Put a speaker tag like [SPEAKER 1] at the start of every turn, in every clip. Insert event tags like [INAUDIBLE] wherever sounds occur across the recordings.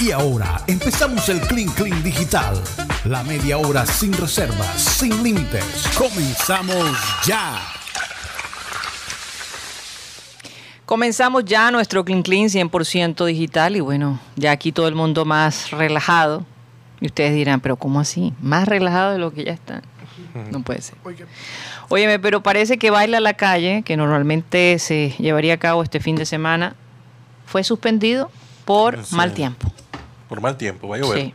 [SPEAKER 1] Y ahora empezamos el Clean Clean Digital. La media hora sin reservas, sin límites. Comenzamos ya.
[SPEAKER 2] Comenzamos ya nuestro Clean Clean 100% digital y bueno, ya aquí todo el mundo más relajado. Y ustedes dirán, pero ¿cómo así? Más relajado de lo que ya están. No puede ser. Óyeme, pero parece que Baila la Calle, que normalmente se llevaría a cabo este fin de semana, fue suspendido por
[SPEAKER 3] Sí.
[SPEAKER 2] mal tiempo.
[SPEAKER 3] Por mal tiempo, va a llover.
[SPEAKER 2] Sí.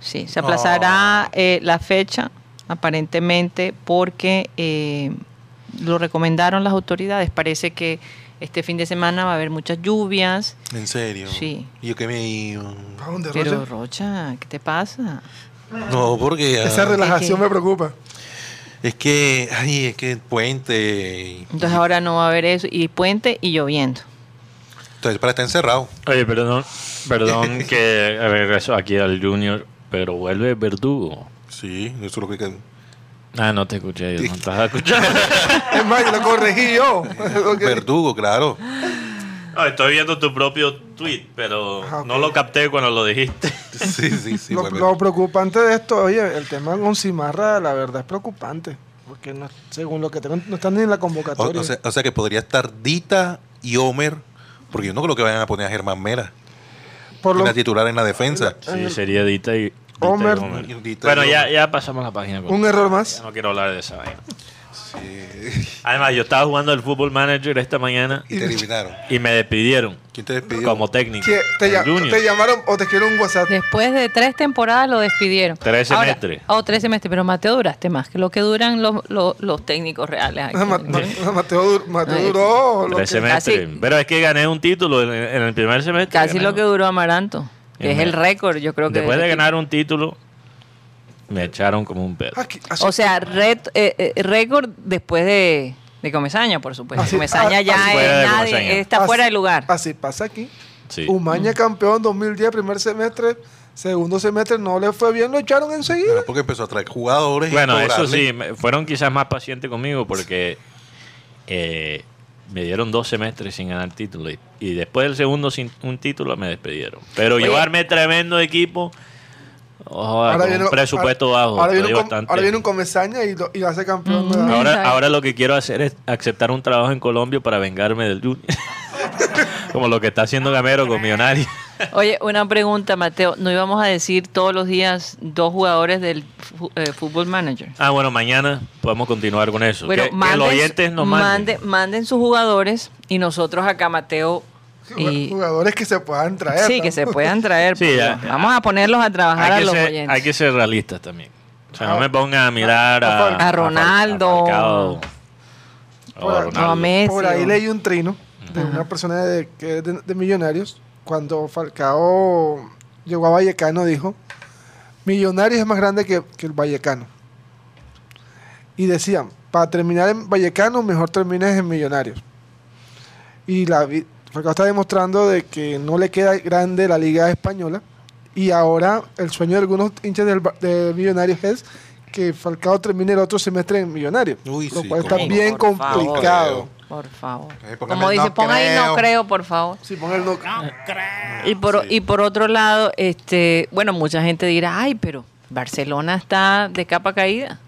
[SPEAKER 2] Sí,
[SPEAKER 4] Ah.
[SPEAKER 2] se aplazará eh, la fecha, aparentemente, porque eh, lo recomendaron las autoridades. Parece que este fin de semana va a haber muchas lluvias.
[SPEAKER 3] En serio.
[SPEAKER 2] Sí.
[SPEAKER 3] Yo que me.
[SPEAKER 4] ¿Para dónde,
[SPEAKER 2] Pero,
[SPEAKER 4] Rocha?
[SPEAKER 2] Rocha, ¿qué te pasa?
[SPEAKER 3] No, [LAUGHS] porque. ah,
[SPEAKER 4] Esa relajación
[SPEAKER 2] que-
[SPEAKER 4] me preocupa.
[SPEAKER 3] es que. Ay, es que el puente.
[SPEAKER 2] Entonces ahora no va a haber eso. Y puente y lloviendo.
[SPEAKER 3] Entonces, para estar encerrado.
[SPEAKER 5] Oye, perdón, perdón
[SPEAKER 4] [LAUGHS]
[SPEAKER 5] que regreso aquí al Junior, pero vuelve Verdugo.
[SPEAKER 3] Sí, eso es lo que.
[SPEAKER 5] Ah, no te escuché, yo no estás [LAUGHS] escuchando.
[SPEAKER 4] Es más, yo lo
[SPEAKER 2] [LAUGHS]
[SPEAKER 4] corregí yo. Ok.
[SPEAKER 3] Verdugo, claro.
[SPEAKER 5] Ah, estoy viendo tu propio tweet, pero
[SPEAKER 4] Ah, ok.
[SPEAKER 5] no lo capté cuando lo dijiste.
[SPEAKER 3] Sí, sí, sí.
[SPEAKER 4] lo,
[SPEAKER 3] vuelve.
[SPEAKER 4] lo preocupante de esto, oye, el tema con Cimarra, la verdad es preocupante. Porque no, según lo que tengo, no están ni en la
[SPEAKER 3] O,
[SPEAKER 4] convocatoria.
[SPEAKER 3] o sea, o sea que podría estar Dita y Homer, porque yo no creo que vayan a poner a Germán Mera,
[SPEAKER 4] Por
[SPEAKER 3] en
[SPEAKER 4] lo,
[SPEAKER 3] la titular en la defensa.
[SPEAKER 5] Sí, sería Dita y. Dita y
[SPEAKER 4] Ah, Homer.
[SPEAKER 3] Y Dita y
[SPEAKER 5] Bueno, ya,
[SPEAKER 3] Homer.
[SPEAKER 5] ya pasamos la página.
[SPEAKER 4] un error más.
[SPEAKER 5] Ya no quiero hablar de esa vaina.
[SPEAKER 3] Sí.
[SPEAKER 5] Además, yo estaba jugando al Football Manager esta mañana
[SPEAKER 4] [LAUGHS]
[SPEAKER 3] Y te eliminaron.
[SPEAKER 5] y me despidieron
[SPEAKER 3] ¿Quién te despidió?
[SPEAKER 5] como técnico.
[SPEAKER 4] Que te,
[SPEAKER 5] del
[SPEAKER 4] ya-
[SPEAKER 5] Junior.
[SPEAKER 4] te llamaron o te escribieron un WhatsApp.
[SPEAKER 2] Después de tres temporadas lo despidieron.
[SPEAKER 5] Tres
[SPEAKER 2] Ahora-
[SPEAKER 5] semestres.
[SPEAKER 2] oh, tres semestres. Pero Mateo duraste más que lo que duran los, los- los técnicos reales. aquí.
[SPEAKER 4] [LAUGHS] Ma- Ma- [LAUGHS] Mateo, Dur- Mateo duró. lo
[SPEAKER 5] Tres
[SPEAKER 4] que-
[SPEAKER 5] semestres.
[SPEAKER 2] Casi-
[SPEAKER 5] Pero es que gané un título en, en el primer semestre.
[SPEAKER 2] Casi
[SPEAKER 5] gané
[SPEAKER 2] lo
[SPEAKER 5] un-
[SPEAKER 2] que duró Amaranto. Que es
[SPEAKER 5] Ajá.
[SPEAKER 2] el récord, yo creo que.
[SPEAKER 5] Después de
[SPEAKER 2] del equipo.
[SPEAKER 5] ganar un título, me echaron como un pedo.
[SPEAKER 4] Aquí- así-
[SPEAKER 2] O sea, red- eh, eh, récord después de, de Comesaña, por supuesto.
[SPEAKER 4] Así-
[SPEAKER 2] Comesaña
[SPEAKER 4] ah,
[SPEAKER 2] ya
[SPEAKER 5] así-
[SPEAKER 2] es
[SPEAKER 5] Fuera de
[SPEAKER 2] nadie,
[SPEAKER 5] Comesaña.
[SPEAKER 2] está
[SPEAKER 4] así-
[SPEAKER 2] fuera de lugar.
[SPEAKER 4] Así pasa aquí.
[SPEAKER 5] Sí.
[SPEAKER 4] Umaña campeón 2010, primer semestre. Segundo semestre no le fue bien, lo echaron enseguida.
[SPEAKER 3] Bueno, porque empezó a traer jugadores. y
[SPEAKER 5] Bueno, eso
[SPEAKER 3] cobrarle.
[SPEAKER 5] sí, me- fueron quizás más pacientes conmigo porque eh, me dieron dos semestres sin ganar título y, y después del segundo sin un título me despidieron. Pero
[SPEAKER 2] Oye.
[SPEAKER 5] llevarme tremendo equipo, ojo, con un presupuesto
[SPEAKER 4] ahora-
[SPEAKER 5] bajo.
[SPEAKER 4] Ahora
[SPEAKER 5] lo
[SPEAKER 4] viene, un,
[SPEAKER 5] digo
[SPEAKER 4] com-
[SPEAKER 5] bastante.
[SPEAKER 4] ahora viene un comesaña y lo, y lo hace
[SPEAKER 2] Ujú.
[SPEAKER 4] campeón. ¿verdad?
[SPEAKER 5] Ahora,
[SPEAKER 2] Exacto.
[SPEAKER 5] ahora lo que quiero hacer es aceptar un trabajo en Colombia para vengarme del Junior. [LAUGHS] Como lo que está haciendo Gamero con Millonario.
[SPEAKER 2] Oye, una pregunta, Mateo. ¿No íbamos a decir todos los días dos jugadores del Fútbol Manager?
[SPEAKER 5] Ah, bueno, mañana podemos continuar con eso.
[SPEAKER 2] Bueno,
[SPEAKER 5] que, que los oyentes nos manden.
[SPEAKER 2] mande- manden sus jugadores y nosotros acá, Mateo. Y,
[SPEAKER 4] Jugadores que se puedan traer.
[SPEAKER 2] sí, que se puedan traer.
[SPEAKER 5] Sí,
[SPEAKER 2] pues,
[SPEAKER 5] ya-
[SPEAKER 2] vamos a ponerlos a trabajar a
[SPEAKER 5] Hay que,
[SPEAKER 2] los
[SPEAKER 5] ser,
[SPEAKER 2] oyentes.
[SPEAKER 5] hay que ser realistas también. O sea,
[SPEAKER 4] Ah,
[SPEAKER 5] no me pongan a mirar
[SPEAKER 4] a
[SPEAKER 5] a,
[SPEAKER 4] Fal-
[SPEAKER 2] a Ronaldo.
[SPEAKER 5] a Falcao, o a
[SPEAKER 4] Por-
[SPEAKER 5] Oh, Ronaldo.
[SPEAKER 2] a Messi.
[SPEAKER 4] Por ahí leí un trino de una persona de, que es de, de Millonarios. Cuando Falcao llegó a Vallecano, dijo: Millonarios es más grande que, que el Vallecano. Y decían: para terminar en Vallecano, mejor termines en Millonarios. Y la, vi- Falcao está demostrando de que no le queda grande la Liga Española. Y ahora el sueño de algunos hinchas del, Ba- de Millonarios es que Falcao termine el otro semestre en Millonarios.
[SPEAKER 3] Uy,
[SPEAKER 4] lo
[SPEAKER 3] sí,
[SPEAKER 4] cual está
[SPEAKER 3] cómo no.
[SPEAKER 4] bien
[SPEAKER 2] Por favor.
[SPEAKER 4] complicado.
[SPEAKER 2] Por favor.
[SPEAKER 3] Eh, póngame
[SPEAKER 2] Como
[SPEAKER 3] el
[SPEAKER 2] dice,
[SPEAKER 3] no
[SPEAKER 2] ponga ahí no
[SPEAKER 3] creo.
[SPEAKER 2] creo, por favor.
[SPEAKER 4] Sí, pon el no-
[SPEAKER 2] Y por,
[SPEAKER 3] Sí.
[SPEAKER 2] y por otro lado, este, bueno, mucha gente dirá, ay, pero Barcelona está de capa caída.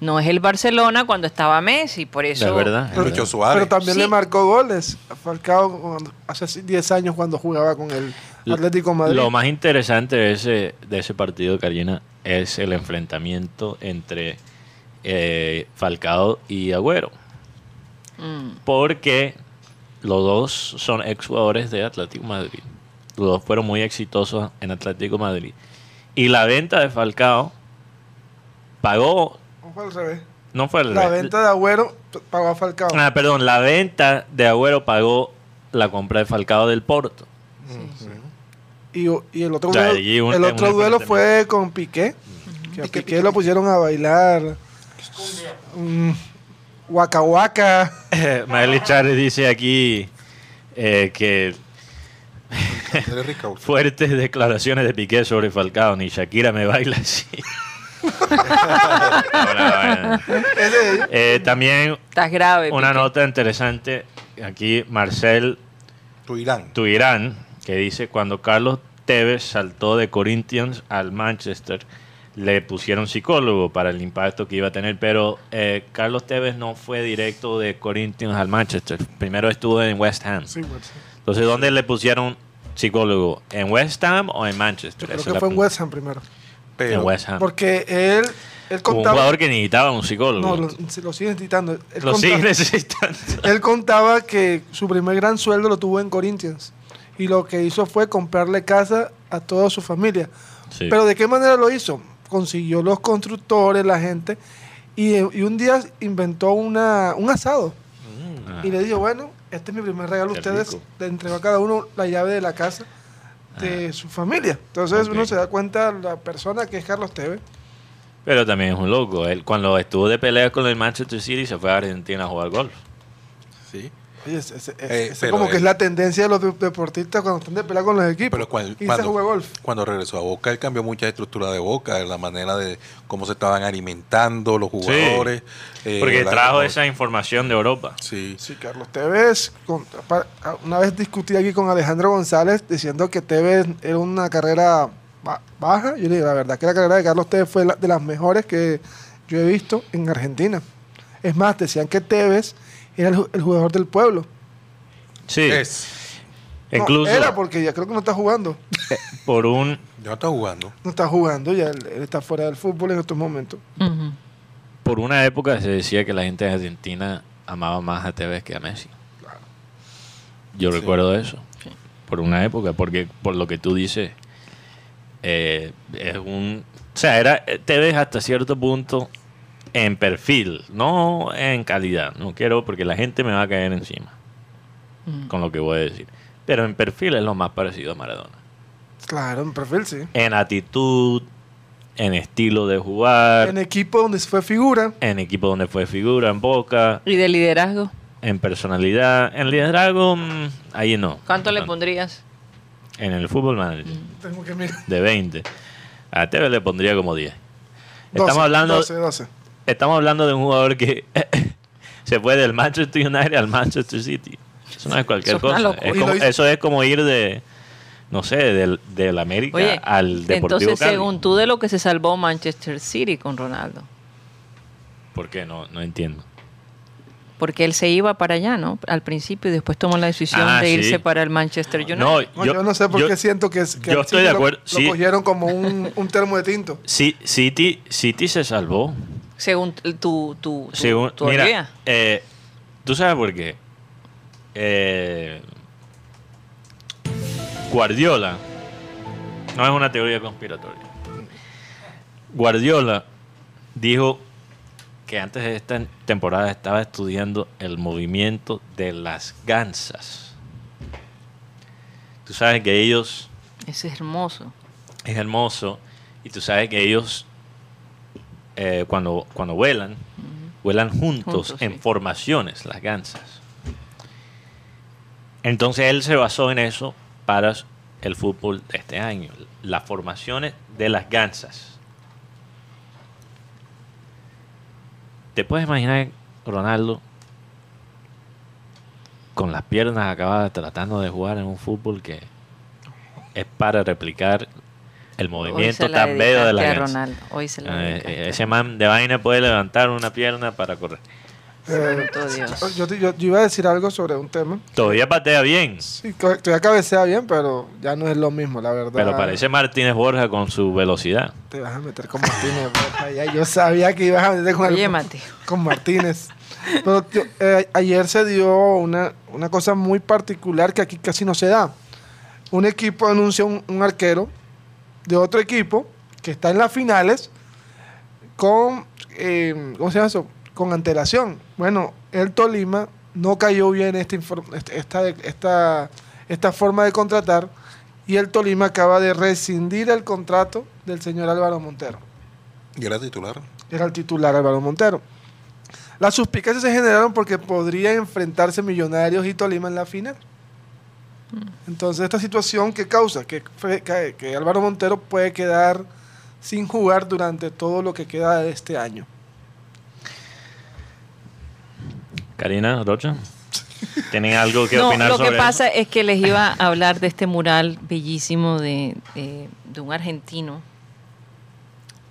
[SPEAKER 2] No es el Barcelona cuando estaba Messi, por eso.
[SPEAKER 5] Es verdad. es
[SPEAKER 4] Pero-
[SPEAKER 5] verdad.
[SPEAKER 3] Lucho Suárez.
[SPEAKER 4] Pero también
[SPEAKER 2] Sí.
[SPEAKER 4] le marcó goles a Falcao cuando- hace 10 años cuando jugaba con el Atlético de Madrid.
[SPEAKER 5] Lo más interesante de ese, de ese partido, Karina, es el enfrentamiento entre eh, Falcao y Agüero. Porque los dos son exjugadores de Atlético Madrid. Los dos fueron muy exitosos en Atlético Madrid. Y la venta de Falcao pagó,
[SPEAKER 4] ¿Cómo fue al revés?
[SPEAKER 5] no fue el
[SPEAKER 4] La venta de Agüero p- pagó a Falcao.
[SPEAKER 5] Ah, perdón, la venta de Agüero pagó la compra de Falcao del Porto.
[SPEAKER 4] Y, y el otro
[SPEAKER 5] O sea,
[SPEAKER 4] duelo,
[SPEAKER 5] allí un-
[SPEAKER 4] el
[SPEAKER 5] un
[SPEAKER 4] otro duelo
[SPEAKER 5] enfrentamiento.
[SPEAKER 4] fue con Piqué. Que a Piqué, lo pusieron a bailar. Mm, Waka Waka.
[SPEAKER 5] [LAUGHS] Maeli Charles dice aquí eh, que
[SPEAKER 3] Eres Ricaurte.
[SPEAKER 5] fuertes declaraciones de Piqué sobre Falcao, ni Shakira me baila así. [LAUGHS] Ahora, bueno. Eh, también
[SPEAKER 2] Estás grave.
[SPEAKER 5] una
[SPEAKER 2] Piqué.
[SPEAKER 5] nota interesante aquí, Marcel
[SPEAKER 3] Tu Irán.
[SPEAKER 5] Tuirán, que dice cuando Carlos Tevez saltó de Corinthians al Manchester. Le pusieron psicólogo para el impacto que iba a tener, pero eh, Carlos Tevez no fue directo de Corinthians al Manchester. Primero estuvo en West Ham.
[SPEAKER 4] Sí, West Ham.
[SPEAKER 5] Entonces, ¿dónde le pusieron psicólogo? ¿En West Ham o en Manchester?
[SPEAKER 4] Yo creo
[SPEAKER 5] Esa es
[SPEAKER 4] que
[SPEAKER 5] la
[SPEAKER 4] fue en
[SPEAKER 5] pregunta.
[SPEAKER 4] West Ham primero.
[SPEAKER 5] En
[SPEAKER 3] Pero
[SPEAKER 5] West Ham.
[SPEAKER 4] Porque él, él
[SPEAKER 5] Como un
[SPEAKER 4] contaba.
[SPEAKER 5] jugador que necesitaba un
[SPEAKER 4] No,
[SPEAKER 5] psicólogo.
[SPEAKER 4] lo,
[SPEAKER 5] lo
[SPEAKER 4] se lo sigue necesitando. Él,
[SPEAKER 5] sigue
[SPEAKER 4] contaba, [LAUGHS]
[SPEAKER 5] necesitando.
[SPEAKER 4] él contaba que su primer gran sueldo lo tuvo en Corinthians. Y lo que hizo fue comprarle casa a toda su familia.
[SPEAKER 5] Sí.
[SPEAKER 4] Pero ¿de qué manera lo hizo? Consiguió los constructores, la gente, y, y un día inventó una, un asado.
[SPEAKER 5] Ah,
[SPEAKER 4] Y le dijo, bueno, este es mi primer regalo a
[SPEAKER 5] Qué
[SPEAKER 4] ustedes.
[SPEAKER 5] rico.
[SPEAKER 4] Le entregó a cada uno la llave de la casa de su familia. Entonces
[SPEAKER 5] Ok.
[SPEAKER 4] uno se da cuenta la persona que es Carlos Tevez.
[SPEAKER 5] Pero también es un loco. Él cuando estuvo de pelea con el Manchester City se fue a Argentina a jugar golf.
[SPEAKER 3] Sí.
[SPEAKER 4] Oye, es, es- es-
[SPEAKER 3] Eh,
[SPEAKER 4] es
[SPEAKER 3] pero
[SPEAKER 4] como que
[SPEAKER 3] él-
[SPEAKER 4] es la tendencia de los de- deportistas cuando están de pelea con los equipos.
[SPEAKER 3] Pero cual-
[SPEAKER 4] y se
[SPEAKER 3] cuando,
[SPEAKER 4] juega golf.
[SPEAKER 3] cuando regresó a Boca, él cambió mucha estructura de Boca, la manera de cómo se estaban alimentando los jugadores. eh,
[SPEAKER 5] Porque
[SPEAKER 3] la-
[SPEAKER 5] trajo esa información de Europa.
[SPEAKER 3] Sí.
[SPEAKER 4] Sí, Carlos Tevez, con- pa- una vez discutí aquí con Alejandro González diciendo que Tevez era una carrera ba- baja. Yo le digo, la verdad que la carrera de Carlos Tevez fue la- de las mejores que yo he visto en Argentina. Es más, decían que Tevez era el, ju- el jugador del pueblo.
[SPEAKER 5] Sí.
[SPEAKER 3] Es.
[SPEAKER 4] No,
[SPEAKER 5] Incluso
[SPEAKER 4] era porque ya creo que no está jugando.
[SPEAKER 5] por un
[SPEAKER 3] Ya está jugando.
[SPEAKER 4] No está jugando, ya él, él está fuera del fútbol en estos momentos.
[SPEAKER 2] Ujú.
[SPEAKER 5] por una época se decía que la gente de Argentina amaba más a Tevez que a Messi. Yo recuerdo eso. Por una época, porque por lo que tú dices, eh, es un... O sea, era eh, Tevez hasta cierto punto en perfil, no en calidad. No quiero porque la gente me va a caer encima con lo que voy a decir. Pero en perfil es lo más parecido a Maradona
[SPEAKER 4] Claro, en perfil sí.
[SPEAKER 5] en actitud, en estilo de jugar,
[SPEAKER 4] En
[SPEAKER 5] en,
[SPEAKER 4] equipo donde fue figura,
[SPEAKER 5] equipo donde fue figura, en boca,
[SPEAKER 2] ¿Y de liderazgo?
[SPEAKER 5] en personalidad, en liderazgo, mm, ahí no.
[SPEAKER 2] ¿Cuánto le Mm.
[SPEAKER 5] No,
[SPEAKER 2] pondrías?
[SPEAKER 5] En el fútbol manager,
[SPEAKER 4] tengo que mirar.
[SPEAKER 5] de 20. A Tevez le pondría como 10.
[SPEAKER 4] 12,
[SPEAKER 5] estamos, hablando,
[SPEAKER 4] 12, 12.
[SPEAKER 5] estamos hablando de un jugador que [LAUGHS] se fue del Manchester United al Manchester City. Eso no es cualquier
[SPEAKER 2] Eso es una
[SPEAKER 5] cosa.
[SPEAKER 2] locura.
[SPEAKER 5] Es
[SPEAKER 4] Y lo
[SPEAKER 5] como-
[SPEAKER 4] hizo-
[SPEAKER 5] eso es como ir de, no sé, del, del América
[SPEAKER 2] Oye,
[SPEAKER 5] al Deportivo
[SPEAKER 2] entonces
[SPEAKER 5] Cali.
[SPEAKER 2] según tú de lo que se salvó Manchester City con Ronaldo,
[SPEAKER 5] ¿Por qué? No, no entiendo.
[SPEAKER 2] porque él se iba para allá, ¿no? Al principio y después tomó la decisión
[SPEAKER 5] Ah,
[SPEAKER 2] de
[SPEAKER 5] sí.
[SPEAKER 2] irse para el Manchester United.
[SPEAKER 5] No,
[SPEAKER 4] No, yo, no sé por
[SPEAKER 5] yo-
[SPEAKER 4] qué siento que, es- que
[SPEAKER 5] yo
[SPEAKER 4] al
[SPEAKER 5] estoy
[SPEAKER 4] City
[SPEAKER 5] de
[SPEAKER 4] lo-
[SPEAKER 5] acuerdo,
[SPEAKER 4] Lo,
[SPEAKER 5] sí.
[SPEAKER 4] cogieron como un, un termo de tinto.
[SPEAKER 5] Sí, City, City se salvó.
[SPEAKER 2] Según tu, tu, tu,
[SPEAKER 5] Según,
[SPEAKER 2] tu
[SPEAKER 5] mira,
[SPEAKER 2] idea.
[SPEAKER 5] eh, tú sabes por qué. Eh, Guardiola no es una teoría conspiratoria. Guardiola dijo que antes de esta temporada estaba estudiando el movimiento de las gansas. Tú sabes que ellos
[SPEAKER 2] Eso es hermoso.
[SPEAKER 5] es hermoso. Y tú sabes que ellos, eh, cuando, cuando vuelan, vuelan juntos,
[SPEAKER 2] Juntos,
[SPEAKER 5] en
[SPEAKER 2] sí.
[SPEAKER 5] formaciones, las gansas. Entonces él se basó en eso para s- el fútbol de este año, las formaciones de las gansas. ¿Te puedes imaginar Ronaldo con las piernas acabadas tratando de jugar en un fútbol que es para replicar el movimiento
[SPEAKER 2] Hoy se la
[SPEAKER 5] tan bello de
[SPEAKER 2] dedicaste
[SPEAKER 5] la
[SPEAKER 2] a
[SPEAKER 5] gansa?
[SPEAKER 2] Ronaldo. Hoy se la
[SPEAKER 5] Eh,
[SPEAKER 2] dedicaste.
[SPEAKER 5] eh, ese man de vaina puede levantar una pierna para correr.
[SPEAKER 4] Eh,
[SPEAKER 2] Santo Dios.
[SPEAKER 4] yo, te- yo- yo iba a decir algo sobre un tema.
[SPEAKER 5] Todavía patea bien,
[SPEAKER 4] Sí, co- todavía cabecea bien, pero ya no es lo mismo, la verdad.
[SPEAKER 5] pero parece Martínez Borja con su velocidad.
[SPEAKER 4] Te vas a meter con Martínez. Borja, ya yo sabía que ibas a meter con, el-
[SPEAKER 2] Oye, Mateo.
[SPEAKER 4] con Martínez. Pero yo- eh, ayer se dio una, una cosa muy particular que aquí casi no se da. Un equipo anuncia un, un arquero de otro equipo que está en las finales con, eh, ¿cómo se llama eso? Con antelación. Bueno, el Tolima no cayó bien este inform- este- esta, esta, esta forma de contratar y el Tolima acaba de rescindir el contrato del señor Álvaro Montero
[SPEAKER 3] Y era titular.
[SPEAKER 4] era el titular Álvaro Montero. Las suspicacias se generaron porque podría enfrentarse Millonarios y Tolima en la final.
[SPEAKER 2] Mm.
[SPEAKER 4] Entonces, esta situación, ¿qué causa? Que, fue- que- que Álvaro Montero puede quedar sin jugar durante todo lo que queda de este año.
[SPEAKER 5] Karina Rocha.
[SPEAKER 6] ¿Tienen algo
[SPEAKER 2] [LAUGHS]
[SPEAKER 6] que
[SPEAKER 2] no,
[SPEAKER 6] opinar
[SPEAKER 2] lo que
[SPEAKER 6] sobre
[SPEAKER 2] pasa es que les iba a hablar de este mural bellísimo de, de- de un argentino.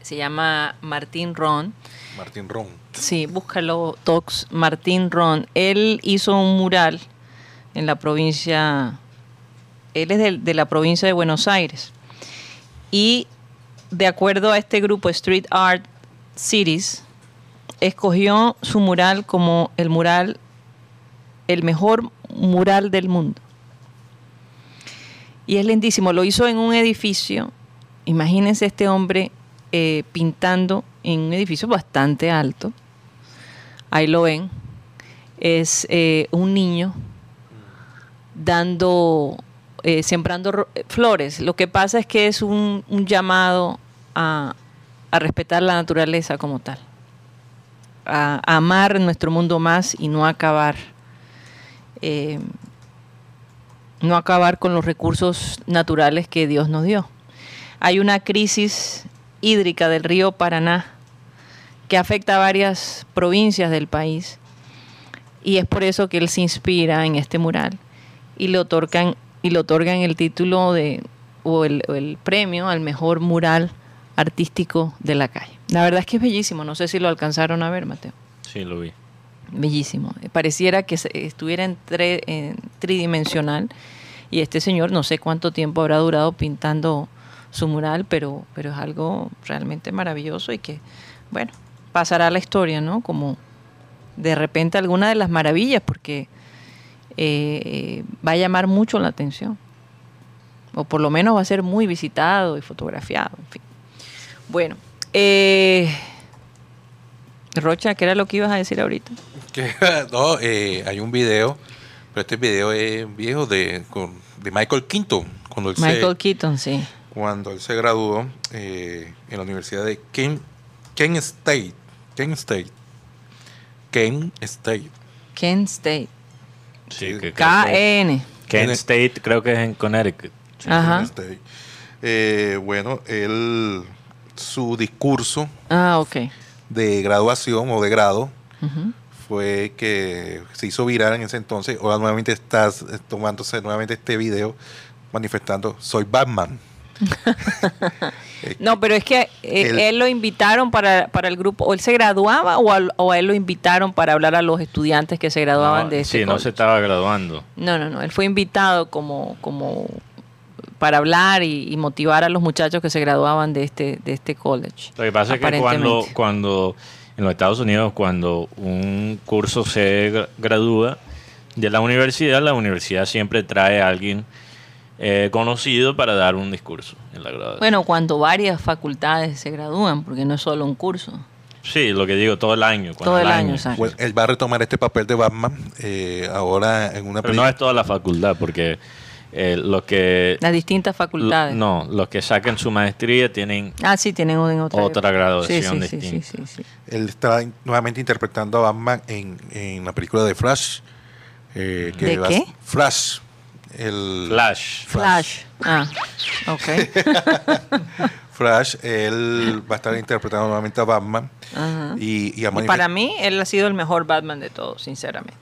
[SPEAKER 2] Se llama Martín Ron.
[SPEAKER 3] Martín Ron.
[SPEAKER 2] Sí, búscalo, Tox. Martín Ron. Él hizo un mural en la provincia. Él es del- de, la provincia de Buenos Aires. Y de acuerdo a este grupo Street Art Cities, escogió su mural como el mural, el mejor mural del mundo. Y es lindísimo. Lo hizo en un edificio. Imagínense este hombre eh, pintando en un edificio bastante alto. Ahí lo ven. Es eh, un niño dando, eh, sembrando ro- flores. Lo que pasa es que es un, un llamado a, a respetar la naturaleza como tal. A, a amar nuestro mundo más y no acabar. eh, no acabar con los recursos naturales que Dios nos dio. Hay una crisis hídrica del río Paraná que afecta a varias provincias del país y es por eso que él se inspira en este mural y le otorgan y le otorgan el título de o el, o el premio al mejor mural artístico de la calle. La verdad es que es bellísimo, no sé si lo alcanzaron a ver, Mateo.
[SPEAKER 5] Sí, lo vi.
[SPEAKER 2] Bellísimo. Eh, Pareciera que se- estuviera en, tre- en tridimensional. Y este señor no sé cuánto tiempo habrá durado pintando su mural, pero, pero es algo realmente maravilloso y que, bueno, pasará a la historia, ¿no? Como de repente alguna de las maravillas, porque eh, va a llamar mucho la atención. O por lo menos va a ser muy visitado y fotografiado, en fin. Bueno, eh, Rocha, ¿qué era lo que ibas a decir ahorita?
[SPEAKER 3] Que, no, eh, hay un video, pero este video es viejo de, con- de Michael Keaton, cuando él,
[SPEAKER 2] Michael
[SPEAKER 3] se,
[SPEAKER 2] Keaton, sí.
[SPEAKER 3] cuando él se graduó eh, en la Universidad de Ken, Ken State. Ken State. Ken State.
[SPEAKER 2] Kent State. E
[SPEAKER 5] Sí,
[SPEAKER 3] Sí.
[SPEAKER 5] que creo que-
[SPEAKER 2] K-N.
[SPEAKER 5] Kent State creo que es en Connecticut.
[SPEAKER 2] Ajá.
[SPEAKER 3] State. Eh, bueno, él, su discurso
[SPEAKER 2] Ah, ok.
[SPEAKER 3] de graduación o de grado
[SPEAKER 2] Ujú.
[SPEAKER 3] fue que se hizo viral en ese entonces. Ahora nuevamente estás eh, tomándose nuevamente este video manifestando soy Batman.
[SPEAKER 2] No, pero es que eh,
[SPEAKER 3] El-
[SPEAKER 2] él lo invitaron para, para el grupo. ¿O él se graduaba o, al- o a él lo invitaron para hablar a los estudiantes que se graduaban
[SPEAKER 5] No, eh,
[SPEAKER 2] de este
[SPEAKER 5] sí, no
[SPEAKER 2] college?
[SPEAKER 5] se estaba graduando.
[SPEAKER 2] No, no, no. Él fue invitado como, como para hablar y, y motivar a los muchachos que se graduaban de este, de este college.
[SPEAKER 5] Lo que pasa es que cuando,
[SPEAKER 2] Aparentemente.
[SPEAKER 5] cuando en los Estados Unidos, cuando un curso se gra- gradúa de la universidad, la universidad siempre trae a alguien eh, conocido para dar un discurso en la graduación.
[SPEAKER 2] Bueno, cuando varias facultades se gradúan, porque no es solo un curso.
[SPEAKER 5] sí, lo que digo, todo el año. cuando
[SPEAKER 2] Todo el año, exacto.
[SPEAKER 3] Bueno, él va a retomar este papel de Batman eh, ahora en una
[SPEAKER 5] Pero no
[SPEAKER 3] película.
[SPEAKER 5] es toda la facultad, porque eh, los que...
[SPEAKER 2] Las distintas facultades.
[SPEAKER 5] No, los que sacan su maestría tienen
[SPEAKER 2] Ah, sí, tienen un- otra,
[SPEAKER 5] Otra graduación
[SPEAKER 2] Sí, sí, sí, sí,
[SPEAKER 5] distinta.
[SPEAKER 2] sí, sí.
[SPEAKER 3] Él está in- nuevamente interpretando a Batman en, en la película de Flash. eh, que
[SPEAKER 2] ¿De
[SPEAKER 3] va a-
[SPEAKER 2] qué?
[SPEAKER 3] Flash. El
[SPEAKER 5] Mm. flash.
[SPEAKER 2] Flash. Ah,
[SPEAKER 5] [LAUGHS]
[SPEAKER 2] ok.
[SPEAKER 3] Flash, él va a estar interpretando nuevamente a Batman.
[SPEAKER 2] Ajá.
[SPEAKER 3] Y, y a
[SPEAKER 2] Y
[SPEAKER 3] manifest-
[SPEAKER 2] para mí, él ha sido el mejor Batman de todos, sinceramente.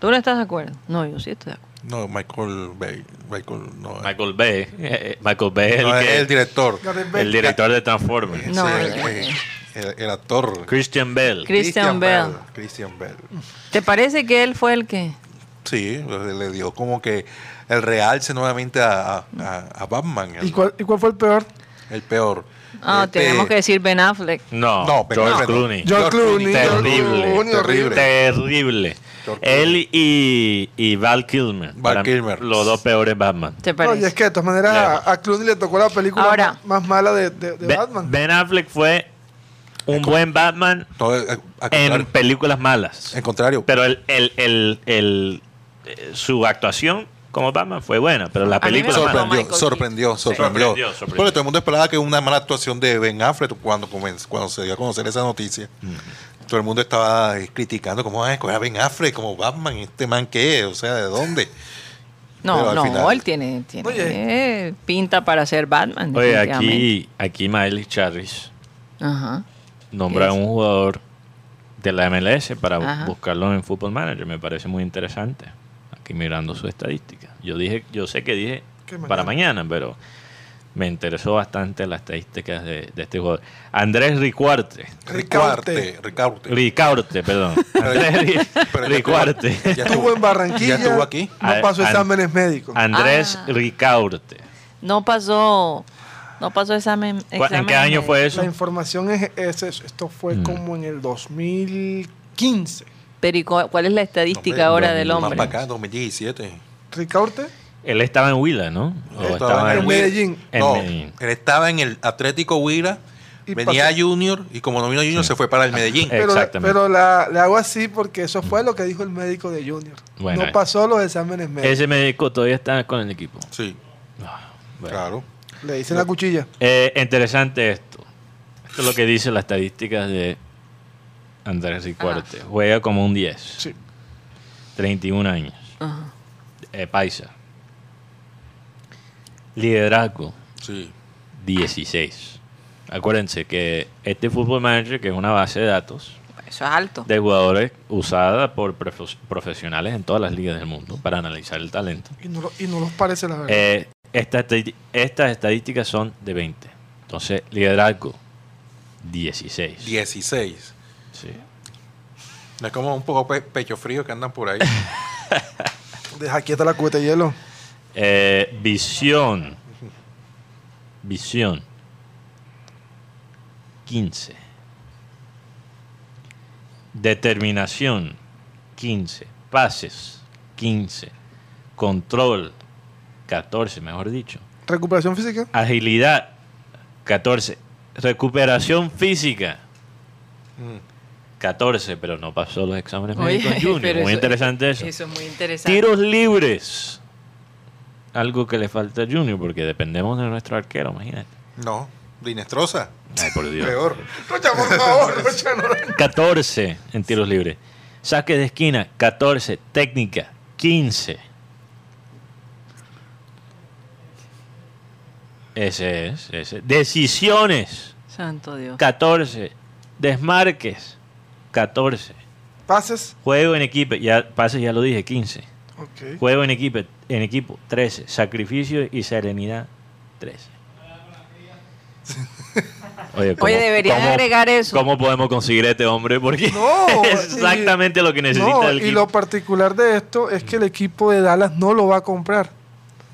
[SPEAKER 2] ¿Tú no estás de acuerdo? No, yo sí estoy de acuerdo.
[SPEAKER 3] No, Michael Bay. Michael, no,
[SPEAKER 5] Michael Bay. [LAUGHS] eh, Michael Bay es
[SPEAKER 3] no,
[SPEAKER 5] el,
[SPEAKER 3] es
[SPEAKER 5] que-
[SPEAKER 3] el director.
[SPEAKER 5] el director de Transformers.
[SPEAKER 2] No,
[SPEAKER 3] Sí,
[SPEAKER 2] el-
[SPEAKER 3] eh, el, el actor.
[SPEAKER 5] Christian Bell.
[SPEAKER 2] Christian Bale.
[SPEAKER 3] Christian Bell.
[SPEAKER 2] ¿Te parece que él fue el que?
[SPEAKER 3] Sí, le le dio como que el realce nuevamente a, a- a- a Batman, el,
[SPEAKER 4] ¿Y cuál, y cuál fue el peor?
[SPEAKER 3] el peor.
[SPEAKER 2] Ah,
[SPEAKER 3] Este,
[SPEAKER 2] tenemos que decir Ben Affleck.
[SPEAKER 5] No,
[SPEAKER 3] No, pero
[SPEAKER 5] George
[SPEAKER 3] no.
[SPEAKER 5] Clooney.
[SPEAKER 4] George Clooney. George
[SPEAKER 5] Terrible,
[SPEAKER 4] Clooney,
[SPEAKER 3] terrible.
[SPEAKER 5] Terrible.
[SPEAKER 3] George
[SPEAKER 5] Él y, y Val Kilmer.
[SPEAKER 3] Val
[SPEAKER 5] Para mí,
[SPEAKER 3] Kilmer.
[SPEAKER 5] Los dos peores Batman.
[SPEAKER 2] ¿Te
[SPEAKER 4] No, y
[SPEAKER 2] parece?
[SPEAKER 4] es que de todas maneras a- a Clooney le tocó la película
[SPEAKER 2] Ahora.
[SPEAKER 4] más, más mala de, de- de
[SPEAKER 5] Be-
[SPEAKER 4] Batman.
[SPEAKER 5] Ben Affleck fue un buen Batman
[SPEAKER 3] No, eh, al
[SPEAKER 5] en
[SPEAKER 3] contrario.
[SPEAKER 5] películas malas.
[SPEAKER 3] Al contrario.
[SPEAKER 5] Pero el, el, el, el- eh, su actuación como Batman fue buena, pero la
[SPEAKER 2] mí me
[SPEAKER 5] película
[SPEAKER 2] gustó
[SPEAKER 5] mala.
[SPEAKER 2] Michael
[SPEAKER 3] sorprendió,
[SPEAKER 2] Keaton.
[SPEAKER 3] sorprendió, sorprendió,
[SPEAKER 5] Sí. Sorprendió, sorprendió.
[SPEAKER 3] Porque todo el mundo esperaba que una mala actuación de Ben Affleck cuando, comenz- cuando se dio a conocer esa noticia. Todo el mundo estaba eh, criticando como, ay, era Ben Affleck como Batman, este man que es, o sea, ¿de dónde? pero
[SPEAKER 2] no,
[SPEAKER 3] al
[SPEAKER 2] no,
[SPEAKER 3] final-
[SPEAKER 2] él tiene, tiene
[SPEAKER 4] Oye.
[SPEAKER 2] eh, pinta para ser Batman.
[SPEAKER 5] Oye,
[SPEAKER 2] definitivamente.
[SPEAKER 5] aquí, aquí Miley Charis
[SPEAKER 2] Ajá.
[SPEAKER 5] nombra a
[SPEAKER 2] ¿Qué
[SPEAKER 5] un jugador de la MLS para bu-
[SPEAKER 2] Ajá.
[SPEAKER 5] buscarlo en Football Manager. Me parece muy interesante. Aquí mirando su estadística. Yo dije, yo sé que dije
[SPEAKER 4] Que
[SPEAKER 5] para mañana, pero me interesó bastante las estadísticas de, de este jugador. Andrés Ricuarte.
[SPEAKER 3] Ricarte.
[SPEAKER 4] Ricarte.
[SPEAKER 3] Ricarte.
[SPEAKER 5] Ricaurte, perdón. Andrés Ri-
[SPEAKER 3] Pero ya estuvo-
[SPEAKER 5] Ricuarte.
[SPEAKER 3] ya
[SPEAKER 4] Estuvo en Barranquilla.
[SPEAKER 3] Ya estuvo aquí.
[SPEAKER 4] No
[SPEAKER 5] A-
[SPEAKER 4] pasó
[SPEAKER 5] an-
[SPEAKER 4] exámenes médicos.
[SPEAKER 5] Andrés
[SPEAKER 2] Ah.
[SPEAKER 5] Ricaurte.
[SPEAKER 2] No pasó, no pasó examen.
[SPEAKER 5] ¿Cu- ¿En qué
[SPEAKER 2] examen
[SPEAKER 5] año
[SPEAKER 2] de-
[SPEAKER 5] fue eso?
[SPEAKER 4] La información es, es- es- esto fue
[SPEAKER 5] Mm.
[SPEAKER 4] como en el 2015.
[SPEAKER 2] Pero ¿y cu- ¿cuál es la estadística
[SPEAKER 3] Hombre,
[SPEAKER 2] ahora
[SPEAKER 5] no,
[SPEAKER 2] del
[SPEAKER 5] no,
[SPEAKER 3] Más
[SPEAKER 2] hombre?
[SPEAKER 3] para acá, 2017.
[SPEAKER 4] Ricaurte,
[SPEAKER 5] Él estaba en Huila, ¿no? O
[SPEAKER 3] Él
[SPEAKER 5] Oh, estaba
[SPEAKER 4] en
[SPEAKER 5] en-
[SPEAKER 4] Huila.
[SPEAKER 3] Medellín.
[SPEAKER 5] en
[SPEAKER 3] no,
[SPEAKER 5] Medellín.
[SPEAKER 3] él estaba en el Atlético Huila,
[SPEAKER 4] Y
[SPEAKER 3] venía
[SPEAKER 4] pasó.
[SPEAKER 3] a Junior y como no vino a Junior se fue para el Medellín.
[SPEAKER 5] Eh,
[SPEAKER 4] pero,
[SPEAKER 5] Exactamente.
[SPEAKER 4] pero la, le hago así porque eso fue lo que dijo el médico de Junior.
[SPEAKER 5] Bueno, eh.
[SPEAKER 4] no pasó los exámenes médicos.
[SPEAKER 5] Ese médico todavía está con el equipo.
[SPEAKER 3] Sí,
[SPEAKER 5] Ah, Bueno.
[SPEAKER 3] claro.
[SPEAKER 4] Le dicen la cuchilla.
[SPEAKER 5] Eh, interesante esto. Esto es lo que dice las estadísticas de Andrés Ricuarte. Juega como un 10.
[SPEAKER 4] Sí.
[SPEAKER 5] 31 años.
[SPEAKER 2] Ajá.
[SPEAKER 5] Eh, paisa. Liderazgo.
[SPEAKER 3] Sí.
[SPEAKER 5] 16. Acuérdense que este Football Manager, que es una base de datos
[SPEAKER 2] Eso es alto.
[SPEAKER 5] de jugadores usada por profes- profesionales en todas las ligas del mundo para analizar el talento.
[SPEAKER 4] Y no, lo- y no los parece la verdad.
[SPEAKER 5] Eh, esta estadi- estas estadísticas son de 20. Entonces, liderazgo, 16.
[SPEAKER 3] 16.
[SPEAKER 5] Sí.
[SPEAKER 3] Es como un poco pe- pecho frío que andan por ahí.
[SPEAKER 4] Deja quieta la cubeta de hielo.
[SPEAKER 5] Eh, visión. Visión. 15. Determinación. 15. Pases. 15. Control. 14, mejor dicho.
[SPEAKER 4] Recuperación física.
[SPEAKER 5] Agilidad. 14. Recuperación física. 14, pero no pasó los exámenes médicos
[SPEAKER 2] [LAUGHS]
[SPEAKER 5] en Junior.
[SPEAKER 2] pero
[SPEAKER 5] Muy
[SPEAKER 2] eso-
[SPEAKER 5] interesante eso.
[SPEAKER 2] Eso es muy interesante.
[SPEAKER 5] Tiros libres. Algo que le falta a Junior porque dependemos de nuestro arquero, imagínate.
[SPEAKER 3] No, Dinestrosa.
[SPEAKER 5] Ay, por Dios.
[SPEAKER 3] Peor.
[SPEAKER 4] Rocha, por
[SPEAKER 3] [LAUGHS]
[SPEAKER 4] favor, Rocha, no.
[SPEAKER 5] 14 en tiros libres. Saque de esquina, 14. Técnica, 15. Ese es, ese. Decisiones,
[SPEAKER 2] Santo Dios.
[SPEAKER 5] 14. Desmarques, 14.
[SPEAKER 4] Pases.
[SPEAKER 5] Juego en equipo, ya pases ya lo dije, 15.
[SPEAKER 4] Ok.
[SPEAKER 5] Juego en equipo, en equipo 13. Sacrificio y serenidad 13.
[SPEAKER 4] [LAUGHS]
[SPEAKER 5] Oye,
[SPEAKER 2] Oye, deberían agregar eso.
[SPEAKER 5] ¿Cómo podemos conseguir a este hombre? Porque
[SPEAKER 4] No,
[SPEAKER 5] [LAUGHS] es exactamente lo que necesita
[SPEAKER 4] No,
[SPEAKER 5] el
[SPEAKER 4] y
[SPEAKER 5] equipo.
[SPEAKER 4] lo particular de esto es que el equipo de Dallas no lo va a comprar.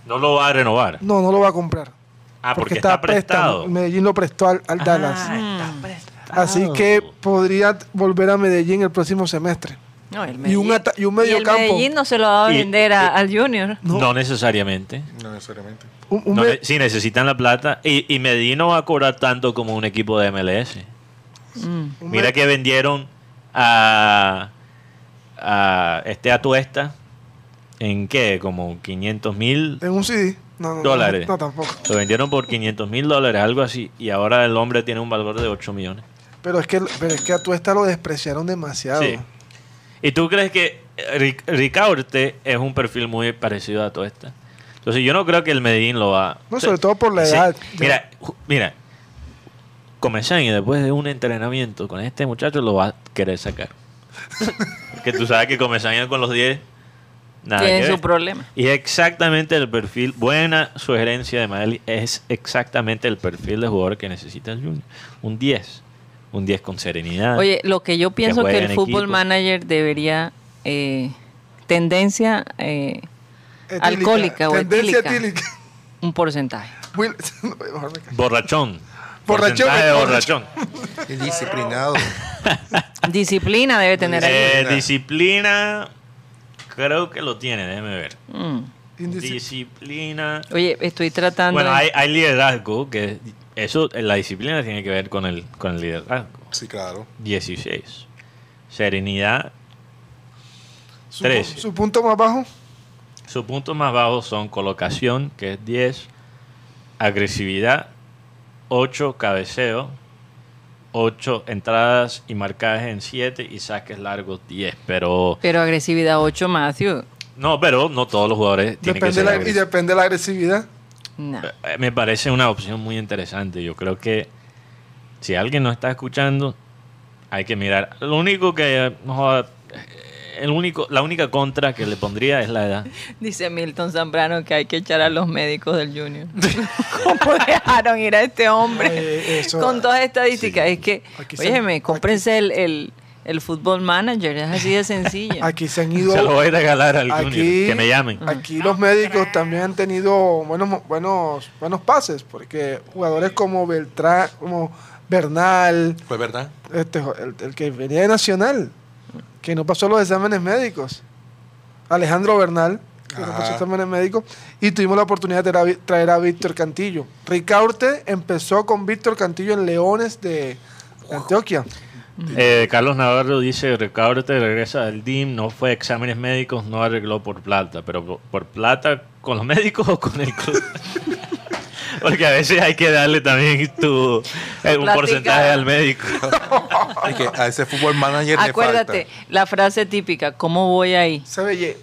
[SPEAKER 5] No lo va a renovar.
[SPEAKER 4] No, no lo va a comprar.
[SPEAKER 5] Ah, porque, está prestado.
[SPEAKER 4] Medellín lo prestó al, al Dallas.
[SPEAKER 2] Ah, está prestado.
[SPEAKER 4] Así que podría volver a Medellín el próximo semestre.
[SPEAKER 2] No, el
[SPEAKER 4] Y un
[SPEAKER 2] Medellín-
[SPEAKER 4] ata- y un
[SPEAKER 2] el
[SPEAKER 4] mediocampo.
[SPEAKER 2] Medellín no se lo va a
[SPEAKER 5] Y-
[SPEAKER 2] vender a- al Junior.
[SPEAKER 5] [LAUGHS] No. necesariamente.
[SPEAKER 3] No necesariamente.
[SPEAKER 4] Un, un
[SPEAKER 5] No
[SPEAKER 4] me-
[SPEAKER 5] ne- sí, necesitan la plata. Y, y Medellín no va a cobrar tanto como un equipo de MLS.
[SPEAKER 2] Mm.
[SPEAKER 4] un
[SPEAKER 5] Mira
[SPEAKER 4] me-
[SPEAKER 5] que vendieron a, a este Atuesta en qué, como 500 mil.
[SPEAKER 4] En un CD. No, no, no,
[SPEAKER 5] Dólares.
[SPEAKER 4] No, tampoco.
[SPEAKER 5] Lo vendieron por 500 mil dólares, algo así. Y ahora el hombre tiene un valor de 8 millones.
[SPEAKER 4] Pero es que, pero es que a Tuesta lo despreciaron demasiado.
[SPEAKER 5] Sí. ¿Y tú crees que Ric- Ricaurte es un perfil muy parecido a Atuesta? Entonces yo no creo que el Medellín lo va...
[SPEAKER 4] No,
[SPEAKER 5] o sea,
[SPEAKER 4] sobre todo por la
[SPEAKER 5] sí.
[SPEAKER 4] edad.
[SPEAKER 5] Mira, ju- mira. Comesaña, después de un entrenamiento con este muchacho, lo va a querer
[SPEAKER 4] [LAUGHS]
[SPEAKER 5] sacar. Porque tú sabes que Comesaña con los 10... Nada que
[SPEAKER 2] Tiene
[SPEAKER 5] ver.
[SPEAKER 2] su problema.
[SPEAKER 5] Y exactamente el perfil, buena sugerencia de Maeli, es exactamente el perfil de jugador que necesita el Junior. Un 10. Un 10 con serenidad.
[SPEAKER 2] Oye, lo que yo pienso que,
[SPEAKER 5] juegue
[SPEAKER 2] el
[SPEAKER 5] en
[SPEAKER 2] fútbol
[SPEAKER 5] Ah. equipo.
[SPEAKER 2] manager debería eh, tendencia eh,
[SPEAKER 4] Etílica.
[SPEAKER 2] Alcohólica o
[SPEAKER 4] Tendencia
[SPEAKER 2] etílica.
[SPEAKER 4] etílica. [LAUGHS]
[SPEAKER 2] un porcentaje.
[SPEAKER 4] Will- [LAUGHS] mejor me callo.
[SPEAKER 5] borrachón.
[SPEAKER 4] Borrachón,
[SPEAKER 5] Porcentaje de
[SPEAKER 4] borrachón.
[SPEAKER 5] borrachón.
[SPEAKER 3] Indisciplinado.
[SPEAKER 2] Disciplina debe tener ahí.
[SPEAKER 5] Eh, disciplina. Creo que lo tiene, déjeme ver.
[SPEAKER 2] Mm.
[SPEAKER 4] Indici-
[SPEAKER 5] Disciplina.
[SPEAKER 2] Oye, estoy tratando.
[SPEAKER 5] Bueno,
[SPEAKER 2] de-
[SPEAKER 5] hay, hay liderazgo que eso, la disciplina tiene que ver con el, con el liderazgo.
[SPEAKER 3] Sí, claro.
[SPEAKER 5] 16. Serenidad
[SPEAKER 4] su,
[SPEAKER 5] Tres.
[SPEAKER 4] su punto más bajo.
[SPEAKER 5] Sus puntos más bajos son colocación, que es 10, agresividad, 8 cabeceo, 8 entradas y marcajes en 7 y saques largos 10. Pero
[SPEAKER 2] Pero agresividad 8, Matthew.
[SPEAKER 5] no, pero no todos los jugadores tienen que
[SPEAKER 4] Depende
[SPEAKER 5] ser
[SPEAKER 4] la- y
[SPEAKER 5] agresivos.
[SPEAKER 4] depende de la agresividad.
[SPEAKER 2] No.
[SPEAKER 5] Eh, Me parece una opción muy interesante. Yo creo que si alguien no está escuchando, hay que mirar. Lo único que. eh, no joda, eh, el único, la única contra que le pondría es la edad.
[SPEAKER 2] Dice Milton Zambrano que hay que echar a los médicos del
[SPEAKER 5] [LAUGHS]
[SPEAKER 2] Junior. [LAUGHS] ¿Cómo dejaron ir a este hombre
[SPEAKER 4] Oye, Eh, eso-
[SPEAKER 2] con todas estas estadísticas? Es que,
[SPEAKER 4] Aquí se-
[SPEAKER 2] óyeme, cómprense el, el, el fútbol manager, es así de sencillo.
[SPEAKER 4] [LAUGHS] Aquí se han ido.
[SPEAKER 5] Se lo voy a regalar al
[SPEAKER 4] Aquí,
[SPEAKER 5] Junior. Que me llamen.
[SPEAKER 4] aquí los médicos también han tenido buenos, mo- buenos, buenos pases, porque jugadores como Beltrán, como Bernal,
[SPEAKER 3] Pues verdad.
[SPEAKER 4] este, jo- el, el que venía de Nacional, que no pasó los exámenes médicos. Alejandro Bernal, que no
[SPEAKER 3] Ajá.
[SPEAKER 4] pasó exámenes médicos. Y tuvimos la oportunidad de traer a Vi- traer a Víctor Cantillo. Ricaurte empezó con Víctor Cantillo en Leones de Antioquia.
[SPEAKER 5] Eh, Carlos Navarro dice, Ricardo te regresa al DIM, no fue a exámenes médicos, no arregló por plata, pero por- por plata con los médicos o con el club. [LAUGHS] Porque a veces hay que darle también tu, eh, un
[SPEAKER 2] Platica.
[SPEAKER 5] porcentaje al médico.
[SPEAKER 3] Y que a ese fútbol manager le
[SPEAKER 2] Acuérdate,
[SPEAKER 3] falta.
[SPEAKER 2] la frase típica, ¿cómo voy ahí?
[SPEAKER 4] Se veía.
[SPEAKER 3] eh,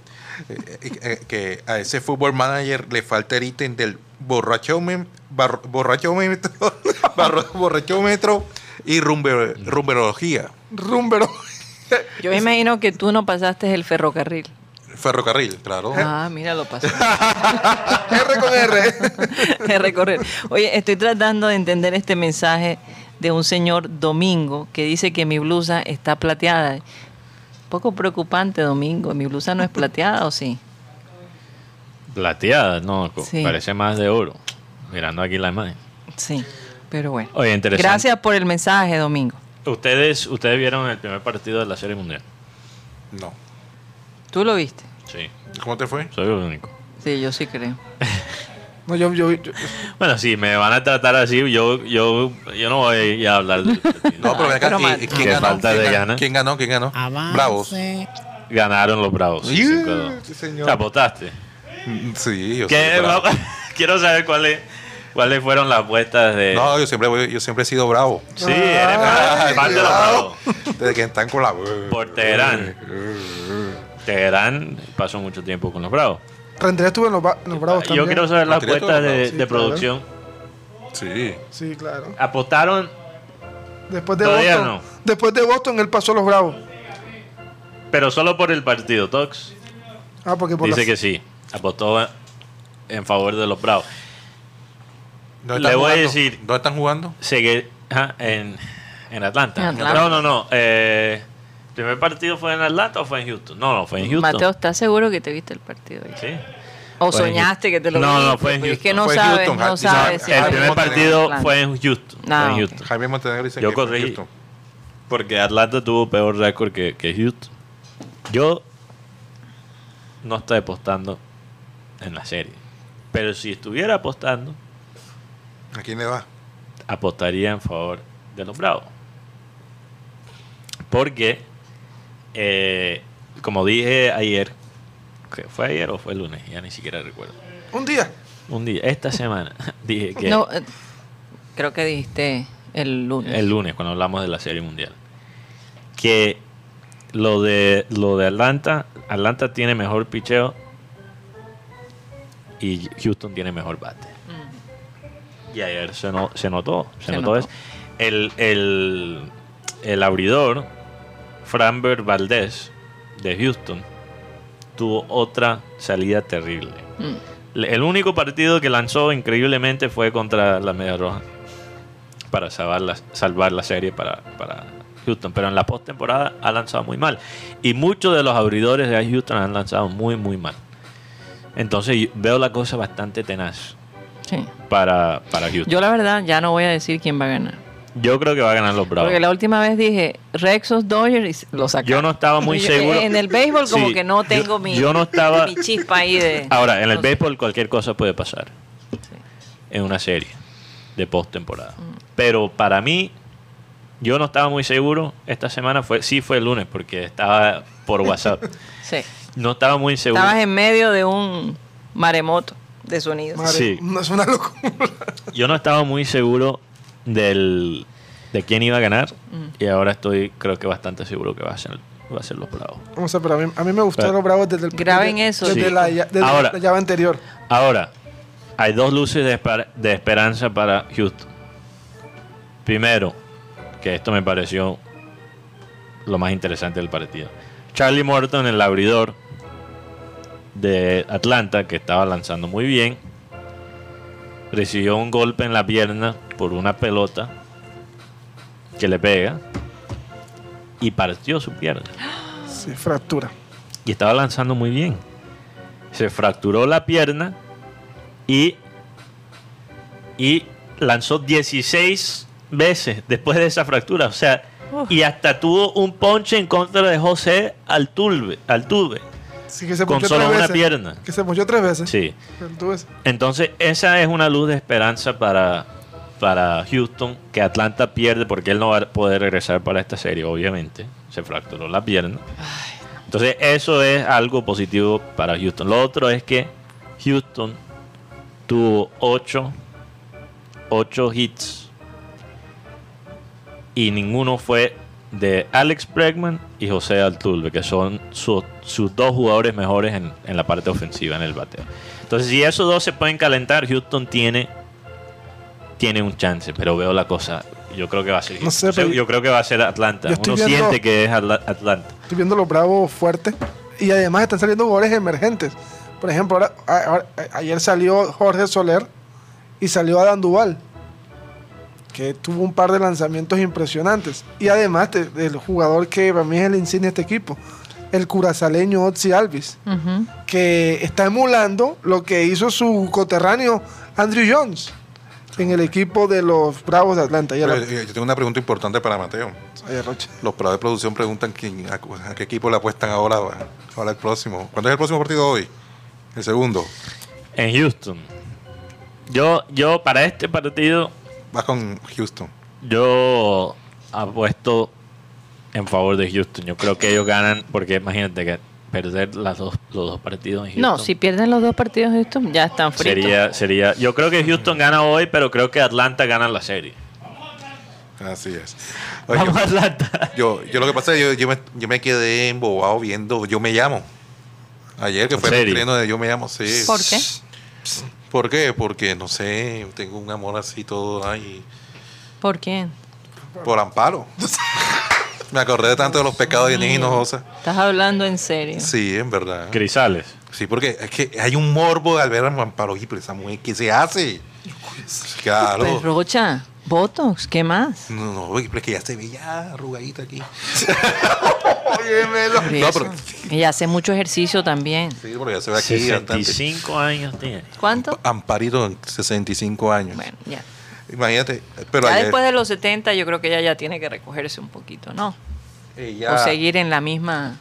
[SPEAKER 3] eh, eh, que a ese fútbol manager le falta el ítem del borrachómetro, borrachómetro, [LAUGHS] barro- borrachómetro y rumbe- rumberología.
[SPEAKER 4] Rumbero. [LAUGHS]
[SPEAKER 2] Yo me imagino que tú no pasaste el ferrocarril.
[SPEAKER 3] Ferrocarril,
[SPEAKER 4] Eh.
[SPEAKER 3] claro.
[SPEAKER 2] Ah, mira, lo [LAUGHS] pasó.
[SPEAKER 4] R con R.
[SPEAKER 2] de recorrer. Oye, estoy tratando de entender este mensaje de un señor Domingo que dice que mi blusa está plateada. Poco preocupante, Domingo. ¿Mi blusa no es plateada o sí?
[SPEAKER 5] Plateada, no, co-
[SPEAKER 2] Sí.
[SPEAKER 5] parece más de oro. Mirando aquí la imagen.
[SPEAKER 2] Sí, pero bueno.
[SPEAKER 5] Oye, interesante.
[SPEAKER 2] Gracias por el mensaje, Domingo.
[SPEAKER 5] Ustedes, ustedes vieron el primer partido de la Serie Mundial.
[SPEAKER 3] No.
[SPEAKER 2] ¿Tú lo viste?
[SPEAKER 5] Sí,
[SPEAKER 3] ¿Cómo te fue?
[SPEAKER 5] soy el único.
[SPEAKER 2] Sí, yo sí creo.
[SPEAKER 4] No, yo, yo, yo-
[SPEAKER 5] Bueno, sí, me van a tratar así, yo, yo, yo no voy a hablar. del partido.
[SPEAKER 3] No, pero, ven acá,
[SPEAKER 2] pero
[SPEAKER 3] ¿quién-
[SPEAKER 2] mal.
[SPEAKER 3] ¿quién,
[SPEAKER 5] Qué
[SPEAKER 3] ganó?
[SPEAKER 5] falta de
[SPEAKER 3] ¿Quién ganó?
[SPEAKER 5] gana.
[SPEAKER 3] ¿Quién ganó? ¿Quién ganó? Bravos.
[SPEAKER 5] Ganaron los Bravos. sí,
[SPEAKER 3] Yeah,
[SPEAKER 5] 5-2.
[SPEAKER 3] sí, señor.
[SPEAKER 5] ¿Te apostaste?
[SPEAKER 3] Mm, Sí, yo
[SPEAKER 5] ¿Qué?
[SPEAKER 3] soy bravo.
[SPEAKER 5] [LAUGHS] Quiero saber cuáles cuáles fueron las apuestas de.
[SPEAKER 3] No, yo siempre, voy- yo siempre he sido bravo.
[SPEAKER 5] sí,
[SPEAKER 4] Ah,
[SPEAKER 5] eres
[SPEAKER 3] Ay,
[SPEAKER 5] fan de los
[SPEAKER 3] cuidado.
[SPEAKER 5] Bravos.
[SPEAKER 3] Desde que están con
[SPEAKER 5] [LAUGHS]
[SPEAKER 3] la. Eh,
[SPEAKER 5] Por Teherán. Teherán pasó mucho tiempo con los Bravos.
[SPEAKER 4] Rendré estuvo en los, ba- en los Bravos
[SPEAKER 5] Yo
[SPEAKER 4] también.
[SPEAKER 5] quiero saber las
[SPEAKER 3] Patriota,
[SPEAKER 5] apuestas de,
[SPEAKER 3] Bravos,
[SPEAKER 4] sí,
[SPEAKER 5] de
[SPEAKER 4] claro.
[SPEAKER 5] producción.
[SPEAKER 3] Sí.
[SPEAKER 4] Sí, claro.
[SPEAKER 5] Apostaron.
[SPEAKER 4] Después de
[SPEAKER 5] Todavía
[SPEAKER 4] Boston.
[SPEAKER 5] no.
[SPEAKER 4] Después de Boston, él pasó a los Bravos.
[SPEAKER 5] Pero solo por el partido, Tox.
[SPEAKER 4] Ah, porque por
[SPEAKER 5] Dice
[SPEAKER 4] las-
[SPEAKER 5] que sí. Apostó en favor de los Bravos.
[SPEAKER 3] ¿Dónde
[SPEAKER 5] Le
[SPEAKER 3] están
[SPEAKER 5] voy a
[SPEAKER 3] jugando?
[SPEAKER 5] decir-
[SPEAKER 3] ¿Dónde están jugando?
[SPEAKER 5] Seguí ajá, en, en Atlanta.
[SPEAKER 2] En Atlanta.
[SPEAKER 5] No, no, no. Eh, ¿Primer partido fue en Atlanta o fue en Houston? No, no, fue en Houston.
[SPEAKER 2] Mateo, ¿estás seguro que te viste el partido ahí?
[SPEAKER 5] Sí.
[SPEAKER 2] ¿O
[SPEAKER 5] Fue en
[SPEAKER 2] soñaste que te lo
[SPEAKER 5] No,
[SPEAKER 2] viste?
[SPEAKER 5] no, fue en
[SPEAKER 2] Porque Es que
[SPEAKER 5] Houston.
[SPEAKER 2] no
[SPEAKER 3] Fue en
[SPEAKER 2] sabes,
[SPEAKER 3] Houston,
[SPEAKER 2] no
[SPEAKER 3] Jaime.
[SPEAKER 2] sabes. si
[SPEAKER 3] No,
[SPEAKER 5] el
[SPEAKER 2] fue-
[SPEAKER 5] primer partido
[SPEAKER 2] Atlanta.
[SPEAKER 5] fue en Houston. fue
[SPEAKER 2] Ah,
[SPEAKER 5] en
[SPEAKER 2] ok.
[SPEAKER 5] Houston.
[SPEAKER 3] Javier Montenegro dice
[SPEAKER 5] Yo
[SPEAKER 3] que fue
[SPEAKER 5] corregí.
[SPEAKER 3] Houston.
[SPEAKER 5] Porque Atlanta tuvo peor récord que, que Houston. Yo no estoy apostando en la serie. Pero si estuviera apostando,
[SPEAKER 3] ¿A quién le va?
[SPEAKER 5] apostaría en favor de los Bravos. Porque, eh, como dije ayer, que ¿fue ayer o fue el lunes? Ya ni siquiera recuerdo.
[SPEAKER 4] Un día.
[SPEAKER 5] Un día, esta semana, [LAUGHS] dije que
[SPEAKER 2] No, eh, creo que dijiste el lunes.
[SPEAKER 5] el lunes, cuando hablamos de la Serie Mundial, que lo de, lo de Atlanta, Atlanta tiene mejor picheo y Houston tiene mejor bate. Y ayer se, no- se notó. Se,
[SPEAKER 2] Mm. Se notó.
[SPEAKER 5] notó, eso. El, el, el abridor, Framber Valdez, de Houston, tuvo otra salida terrible.
[SPEAKER 2] Mm.
[SPEAKER 5] Le- El único partido que lanzó increíblemente fue contra la Media Roja para salvar la, salvar la serie para, para Houston. Pero en la postemporada ha lanzado muy mal. Y muchos de los abridores de Houston han lanzado muy, muy mal. Entonces yo veo la cosa bastante tenaz
[SPEAKER 2] Sí.
[SPEAKER 5] para, para Houston.
[SPEAKER 2] Yo la verdad ya no voy a decir quién va a ganar.
[SPEAKER 5] Yo creo que va a ganar los Bravos.
[SPEAKER 2] Porque la última vez dije Rexos Dodgers [LAUGHS] y lo sacaron.
[SPEAKER 5] Yo no estaba muy
[SPEAKER 2] Yo-
[SPEAKER 5] seguro.
[SPEAKER 2] En el béisbol como
[SPEAKER 5] Sí,
[SPEAKER 2] que no tengo
[SPEAKER 5] yo-
[SPEAKER 2] mi,
[SPEAKER 5] yo no estaba-
[SPEAKER 2] mi chispa ahí de...
[SPEAKER 5] [LAUGHS] Ahora, en el
[SPEAKER 2] no sé.
[SPEAKER 5] béisbol cualquier cosa puede pasar. En una serie de postemporada.
[SPEAKER 2] Mm.
[SPEAKER 5] Pero para mí, yo no estaba muy seguro. Esta semana fue, sí fue el lunes, porque estaba
[SPEAKER 2] [LAUGHS]
[SPEAKER 5] por WhatsApp.
[SPEAKER 2] Sí.
[SPEAKER 5] No estaba muy seguro.
[SPEAKER 2] Estabas en medio de un maremoto de sonidos.
[SPEAKER 4] Madre, [LAUGHS]
[SPEAKER 5] Sí.
[SPEAKER 4] no es una locura.
[SPEAKER 5] Yo no estaba muy seguro del, de quién iba a ganar.
[SPEAKER 2] Mm.
[SPEAKER 5] Y ahora estoy, creo que bastante seguro que va a ser, va a ser los Bravos.
[SPEAKER 4] O sea, pero a mí, a mí me gustaron los Bravos desde el
[SPEAKER 2] Graben
[SPEAKER 4] desde-
[SPEAKER 2] eso,
[SPEAKER 4] Desde,
[SPEAKER 5] chicos.
[SPEAKER 4] la, ya- desde
[SPEAKER 5] Ahora.
[SPEAKER 4] la llave anterior.
[SPEAKER 5] Ahora, hay dos luces de, esper- de esperanza para Houston. Primero, que esto me pareció lo más interesante del partido. Charlie Morton, el abridor de Atlanta, que estaba lanzando muy bien, recibió un golpe en la pierna por una pelota que le pega y partió su pierna.
[SPEAKER 4] Se fractura.
[SPEAKER 5] Y estaba lanzando muy bien. Se fracturó la pierna y, y lanzó 16 veces después de esa fractura. O sea,
[SPEAKER 2] Uf.
[SPEAKER 5] y hasta tuvo un ponche en contra de José Altuve. Altuve.
[SPEAKER 4] Sí, que se
[SPEAKER 5] Con
[SPEAKER 4] ponchó
[SPEAKER 5] solo
[SPEAKER 4] tres
[SPEAKER 5] una
[SPEAKER 4] veces.
[SPEAKER 5] pierna.
[SPEAKER 4] Que se mochó tres veces.
[SPEAKER 5] Sí.
[SPEAKER 4] Tú ves.
[SPEAKER 5] Entonces, esa es una luz de esperanza para, para Houston, que Atlanta pierde porque él no va a poder regresar para esta serie, obviamente. Se fracturó la pierna. Entonces, eso es algo positivo para Houston. Lo otro es que Houston tuvo 8, hits y ninguno fue de Alex Bregman y José Altuve, que son su- sus dos jugadores mejores en, en la parte ofensiva, en el bateo. Entonces, si esos dos se pueden calentar, Houston tiene, tiene un chance, pero veo la cosa. Yo creo que va a ser.
[SPEAKER 4] No sé,
[SPEAKER 5] yo-
[SPEAKER 4] pero-
[SPEAKER 5] yo creo que va a ser Atlanta.
[SPEAKER 4] Yo estoy
[SPEAKER 5] Uno
[SPEAKER 4] viendo-
[SPEAKER 5] siente que es Atla- Atlanta.
[SPEAKER 4] Estoy viendo los bravos fuertes. Y además están saliendo jugadores emergentes. Por ejemplo, ahora, a- ahora- a- ayer salió Jorge Soler y salió Adam Duval. Que tuvo un par de lanzamientos impresionantes. Y además, te- el jugador que para mí es el insignia de este equipo, el curazaleño Otzi Alvis,
[SPEAKER 2] Ujú.
[SPEAKER 4] que está emulando lo que hizo su coterráneo Andrew Jones en el equipo de los Bravos de Atlanta. Ayer,
[SPEAKER 3] Pero, eh, yo tengo una pregunta importante para Mateo.
[SPEAKER 4] ayer noche.
[SPEAKER 3] Los prados de producción preguntan quién, a, cu- a qué equipo le apuestan ahora, ahora el próximo. ¿Cuándo es el próximo partido hoy? El segundo.
[SPEAKER 5] En Houston. Yo, yo para este partido,
[SPEAKER 3] Vas con Houston.
[SPEAKER 5] yo apuesto en favor de Houston. Yo creo que ellos ganan, porque imagínate que perder las dos, los dos partidos en Houston.
[SPEAKER 2] No, si pierden los dos partidos estos, ya están fritos.
[SPEAKER 5] Sería, sería, yo creo que Houston gana hoy, pero creo que Atlanta gana la serie.
[SPEAKER 3] Así es. Oye,
[SPEAKER 5] Vamos a Atlanta.
[SPEAKER 3] yo, yo lo que pasa es que yo, yo me, yo me quedé embobado viendo Yo Me Llamo. Ayer que
[SPEAKER 5] ¿En
[SPEAKER 3] fue el
[SPEAKER 5] serio?
[SPEAKER 3] estreno de Yo Me Llamo, sí.
[SPEAKER 2] ¿Por qué?
[SPEAKER 3] ¿Por qué? Porque, no sé, tengo un amor así todo ahí.
[SPEAKER 2] ¿Por quién?
[SPEAKER 3] Por
[SPEAKER 5] [LAUGHS]
[SPEAKER 3] amparo. me acordé de tanto de los pecados de Inés Hinojosa.
[SPEAKER 2] Estás hablando en serio.
[SPEAKER 3] Sí, en verdad.
[SPEAKER 5] Grisales.
[SPEAKER 3] Sí, porque es que hay un morbo al ver a Amparo Giple, esa mujer que se hace.
[SPEAKER 2] Pues
[SPEAKER 3] Claro.
[SPEAKER 2] Rocha, Botox, ¿qué más?
[SPEAKER 3] No, no, pero es que ya se ve ya arrugadita
[SPEAKER 5] [LAUGHS]
[SPEAKER 3] aquí.
[SPEAKER 2] Por
[SPEAKER 3] No,
[SPEAKER 2] eso.
[SPEAKER 3] pero,
[SPEAKER 2] Ella hace mucho ejercicio también.
[SPEAKER 3] sí, pero ya se ve aquí bastante.
[SPEAKER 5] 65 años tiene.
[SPEAKER 2] ¿Cuánto?
[SPEAKER 3] Amparito en 65 años.
[SPEAKER 2] Bueno, ya.
[SPEAKER 3] Imagínate. Pero
[SPEAKER 2] ya
[SPEAKER 3] ayer-
[SPEAKER 2] después de los 70 yo creo que ella ya tiene que recogerse un poquito, ¿no?
[SPEAKER 3] ella,
[SPEAKER 2] O seguir en la misma...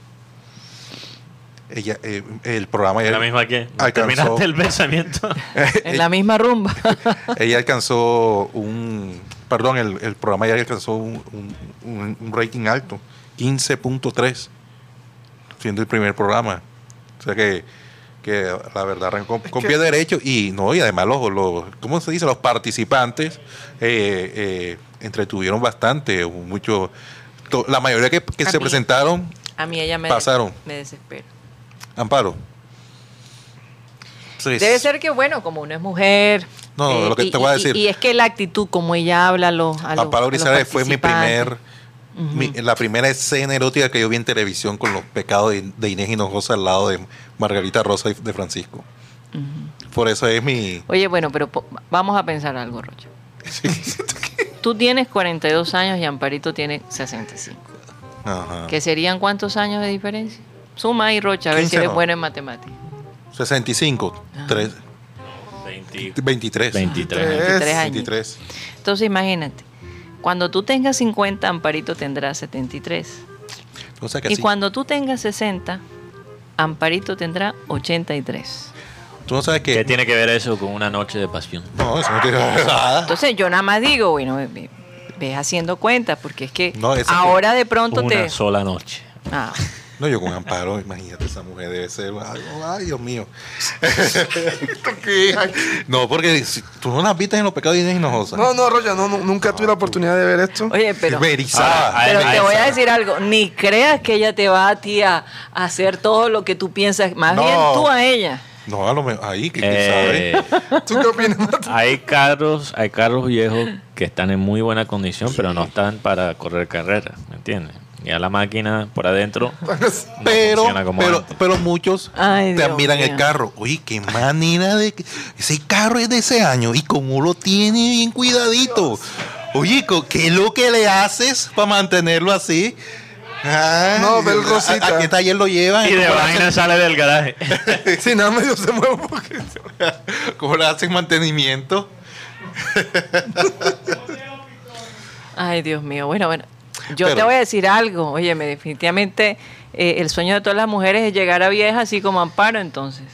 [SPEAKER 3] ella, eh, el programa ayer-
[SPEAKER 5] La misma que.
[SPEAKER 3] Alcanzó.
[SPEAKER 5] Terminaste
[SPEAKER 3] [LAUGHS]
[SPEAKER 5] el pensamiento.
[SPEAKER 2] En la misma rumba.
[SPEAKER 3] ella alcanzó un perdón el, el programa ya alcanzó un, un- un- un rating alto 15.3 siendo el primer programa o sea que, que la verdad arrancó con, pie derecho y no y además los, los ¿cómo se dice? los participantes eh, eh, entretuvieron bastante hubo mucho to- la mayoría que, que
[SPEAKER 2] A
[SPEAKER 3] se
[SPEAKER 2] mí-
[SPEAKER 3] presentaron
[SPEAKER 2] A mí ella me,
[SPEAKER 3] Pasaron.
[SPEAKER 2] me desespera.
[SPEAKER 3] Amparo Sí,
[SPEAKER 2] Debe ser que, bueno, como una es mujer... eh,
[SPEAKER 3] No, no, lo que
[SPEAKER 2] y-
[SPEAKER 3] te voy a
[SPEAKER 2] y-
[SPEAKER 3] decir.
[SPEAKER 2] Y, es que la actitud, como ella habla a los... A los-
[SPEAKER 3] Amparo
[SPEAKER 2] a los
[SPEAKER 3] Grisales fue mi
[SPEAKER 2] participantes.
[SPEAKER 3] primer mi- la primera escena erótica que yo vi en televisión con los pecados de, de Inés Hinojosa al lado de Margarita Rosa y de Francisco. Por eso es mi.
[SPEAKER 2] Oye, bueno, pero po- vamos a pensar algo, Rocha. Tú tienes 42 años y Amparito tiene 65.
[SPEAKER 3] Ajá.
[SPEAKER 2] ¿Que serían cuántos años de diferencia? Suma ahí, Rocha, a ver si
[SPEAKER 3] 15
[SPEAKER 2] eres
[SPEAKER 3] no.
[SPEAKER 2] bueno en matemáticas.
[SPEAKER 3] 65,
[SPEAKER 2] Ah.
[SPEAKER 3] tres- 23.
[SPEAKER 5] 23.
[SPEAKER 2] 23 años.
[SPEAKER 3] 23.
[SPEAKER 2] Entonces, imagínate, cuando tú tengas 50, Amparito tendrá 73.
[SPEAKER 3] O sea que
[SPEAKER 2] Y
[SPEAKER 3] sí.
[SPEAKER 2] cuando tú tengas 60, Amparito tendrá 83.
[SPEAKER 3] Tú no sabes
[SPEAKER 5] ¿Qué
[SPEAKER 3] que.
[SPEAKER 5] tiene que ver eso con una noche de pasión?
[SPEAKER 3] No, eso no tiene [LAUGHS] nada.
[SPEAKER 2] Entonces, yo nada más digo, bueno, ve- ve- ves haciendo cuentas, porque es que
[SPEAKER 3] No, esa-
[SPEAKER 2] ahora de pronto
[SPEAKER 5] Una
[SPEAKER 2] te.
[SPEAKER 5] sola noche.
[SPEAKER 2] Ah.
[SPEAKER 3] No, yo con Amparo, imagínate, esa mujer debe ser. Ay, ay, Dios
[SPEAKER 4] [LAUGHS]
[SPEAKER 3] mío. ¿Esto qué? Ay, no, porque si- tú no las viste en los pecados de Inés Hinojosa.
[SPEAKER 4] No, no, Roger, no, no, nunca tuve la oportunidad de ver esto.
[SPEAKER 2] Oye,
[SPEAKER 3] [LAUGHS]
[SPEAKER 2] pero.
[SPEAKER 3] Me erizaba.
[SPEAKER 5] Ah,
[SPEAKER 2] Pero
[SPEAKER 5] Ahí
[SPEAKER 2] te
[SPEAKER 5] está.
[SPEAKER 2] voy a decir algo, ni creas que ella te va a ti a a hacer todo lo que tú piensas, más
[SPEAKER 3] No.
[SPEAKER 2] bien tú a ella.
[SPEAKER 3] No, a lo mejor. Ahí, que quién sabe.
[SPEAKER 5] Eh,
[SPEAKER 4] ¿Tú qué
[SPEAKER 2] [LAUGHS]
[SPEAKER 4] opinas, Marta?
[SPEAKER 5] hay carros, hay carros viejos que están en muy buena condición, pero no están para correr carreras, ¿me entiendes? Ya la máquina por [LAUGHS] adentro. no
[SPEAKER 3] Pero,
[SPEAKER 5] funciona como
[SPEAKER 3] pero,
[SPEAKER 5] antes.
[SPEAKER 3] pero muchos
[SPEAKER 2] Ay,
[SPEAKER 3] te
[SPEAKER 2] Dios
[SPEAKER 3] admiran el
[SPEAKER 2] mío.
[SPEAKER 3] carro. Oye, qué manera de. que- Ese carro es de ese año y como lo tiene bien cuidadito. Oye, co- ¿qué es lo que le haces para mantenerlo así? Ah,
[SPEAKER 4] No, ve el
[SPEAKER 3] ¿a-
[SPEAKER 4] rosita.
[SPEAKER 3] ¿A, qué taller lo llevan?
[SPEAKER 5] [LAUGHS] Y de
[SPEAKER 3] ¿Cómo lo hacen-
[SPEAKER 5] vaina [LAUGHS] sale del garaje.
[SPEAKER 3] [LAUGHS]
[SPEAKER 4] Si nada medio se mueve un poquito.
[SPEAKER 3] ¿Cómo le hacen mantenimiento?
[SPEAKER 2] Ay, Dios mío. Bueno, bueno. Yo te
[SPEAKER 3] Pero-
[SPEAKER 2] voy a decir algo. Óyeme, definitivamente eh, el sueño de todas las mujeres es llegar a vieja así como Amparo, entonces.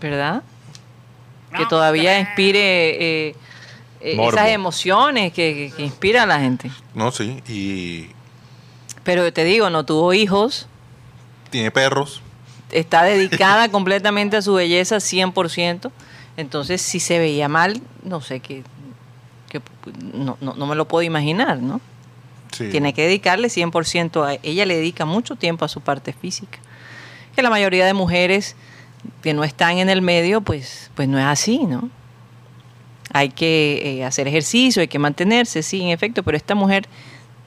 [SPEAKER 2] ¿Verdad? Que todavía inspire eh, eh,
[SPEAKER 5] Morbo.
[SPEAKER 2] esas emociones que, que- que inspira a la gente.
[SPEAKER 3] No, sí. Y
[SPEAKER 2] Pero te digo, no tuvo hijos,
[SPEAKER 3] tiene perros.
[SPEAKER 2] está dedicada [LAUGHS] completamente a su belleza 100%. Entonces, si se veía mal, no sé qué. qué- no, no- no me lo puedo imaginar, ¿no?
[SPEAKER 3] Sí.
[SPEAKER 2] Tiene que dedicarle 100% a ella, le dedica mucho tiempo a su parte física. Que la mayoría de mujeres que no están en el medio, pues, pues no es así, ¿no? Hay que eh, hacer ejercicio, hay que mantenerse, sí, en efecto, pero esta mujer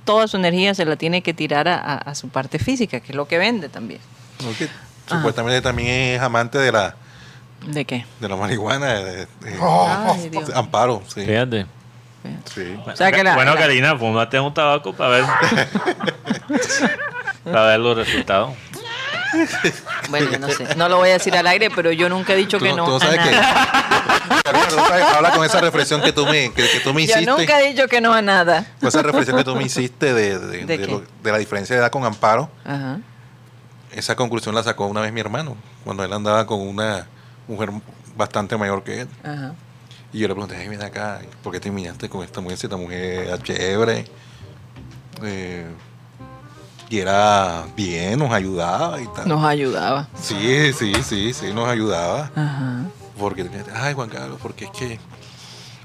[SPEAKER 2] toda su energía se la tiene que tirar a, a- a su parte física, que es lo que vende también.
[SPEAKER 3] No, que
[SPEAKER 2] Ah.
[SPEAKER 3] Supuestamente también es amante de la,
[SPEAKER 2] ¿De qué?
[SPEAKER 3] de la marihuana. de- de-
[SPEAKER 2] Ay, Dios.
[SPEAKER 3] Amparo, sí.
[SPEAKER 5] Fíjate.
[SPEAKER 3] Sí.
[SPEAKER 2] O sea que la-
[SPEAKER 5] bueno,
[SPEAKER 2] la-
[SPEAKER 5] Karina, fumate un tabaco
[SPEAKER 2] [LAUGHS]
[SPEAKER 5] para ver. para ver los resultados.
[SPEAKER 2] Bueno, yo no sé. No lo voy a decir al aire, pero yo nunca he dicho
[SPEAKER 3] Tú
[SPEAKER 2] que no.
[SPEAKER 3] no- tú no
[SPEAKER 2] a
[SPEAKER 3] sabes que-
[SPEAKER 2] nada.
[SPEAKER 3] Carmen, tú sabes, habla con esa reflexión que tú me, que, que tú me
[SPEAKER 2] [LAUGHS] Yo
[SPEAKER 3] hiciste.
[SPEAKER 2] nunca he dicho que no a nada.
[SPEAKER 3] Con esa reflexión que tú me hiciste de, de-
[SPEAKER 2] ¿De
[SPEAKER 3] de
[SPEAKER 2] qué?
[SPEAKER 3] lo- de la diferencia de edad con Amparo.
[SPEAKER 2] Ajá.
[SPEAKER 3] Esa conclusión la sacó una vez mi hermano, cuando él andaba con una mujer bastante mayor que él.
[SPEAKER 2] Ajá.
[SPEAKER 3] Y yo le pregunté, "Ey, ven acá, ¿por qué te terminaste con esta mujer? Si esta mujer era chévere. eh, y era bien, nos ayudaba y tal.
[SPEAKER 2] Nos ayudaba.
[SPEAKER 3] Sí, sí, sí, sí, nos ayudaba.
[SPEAKER 2] Ajá.
[SPEAKER 3] Porque, ay, Juan Carlos, porque es que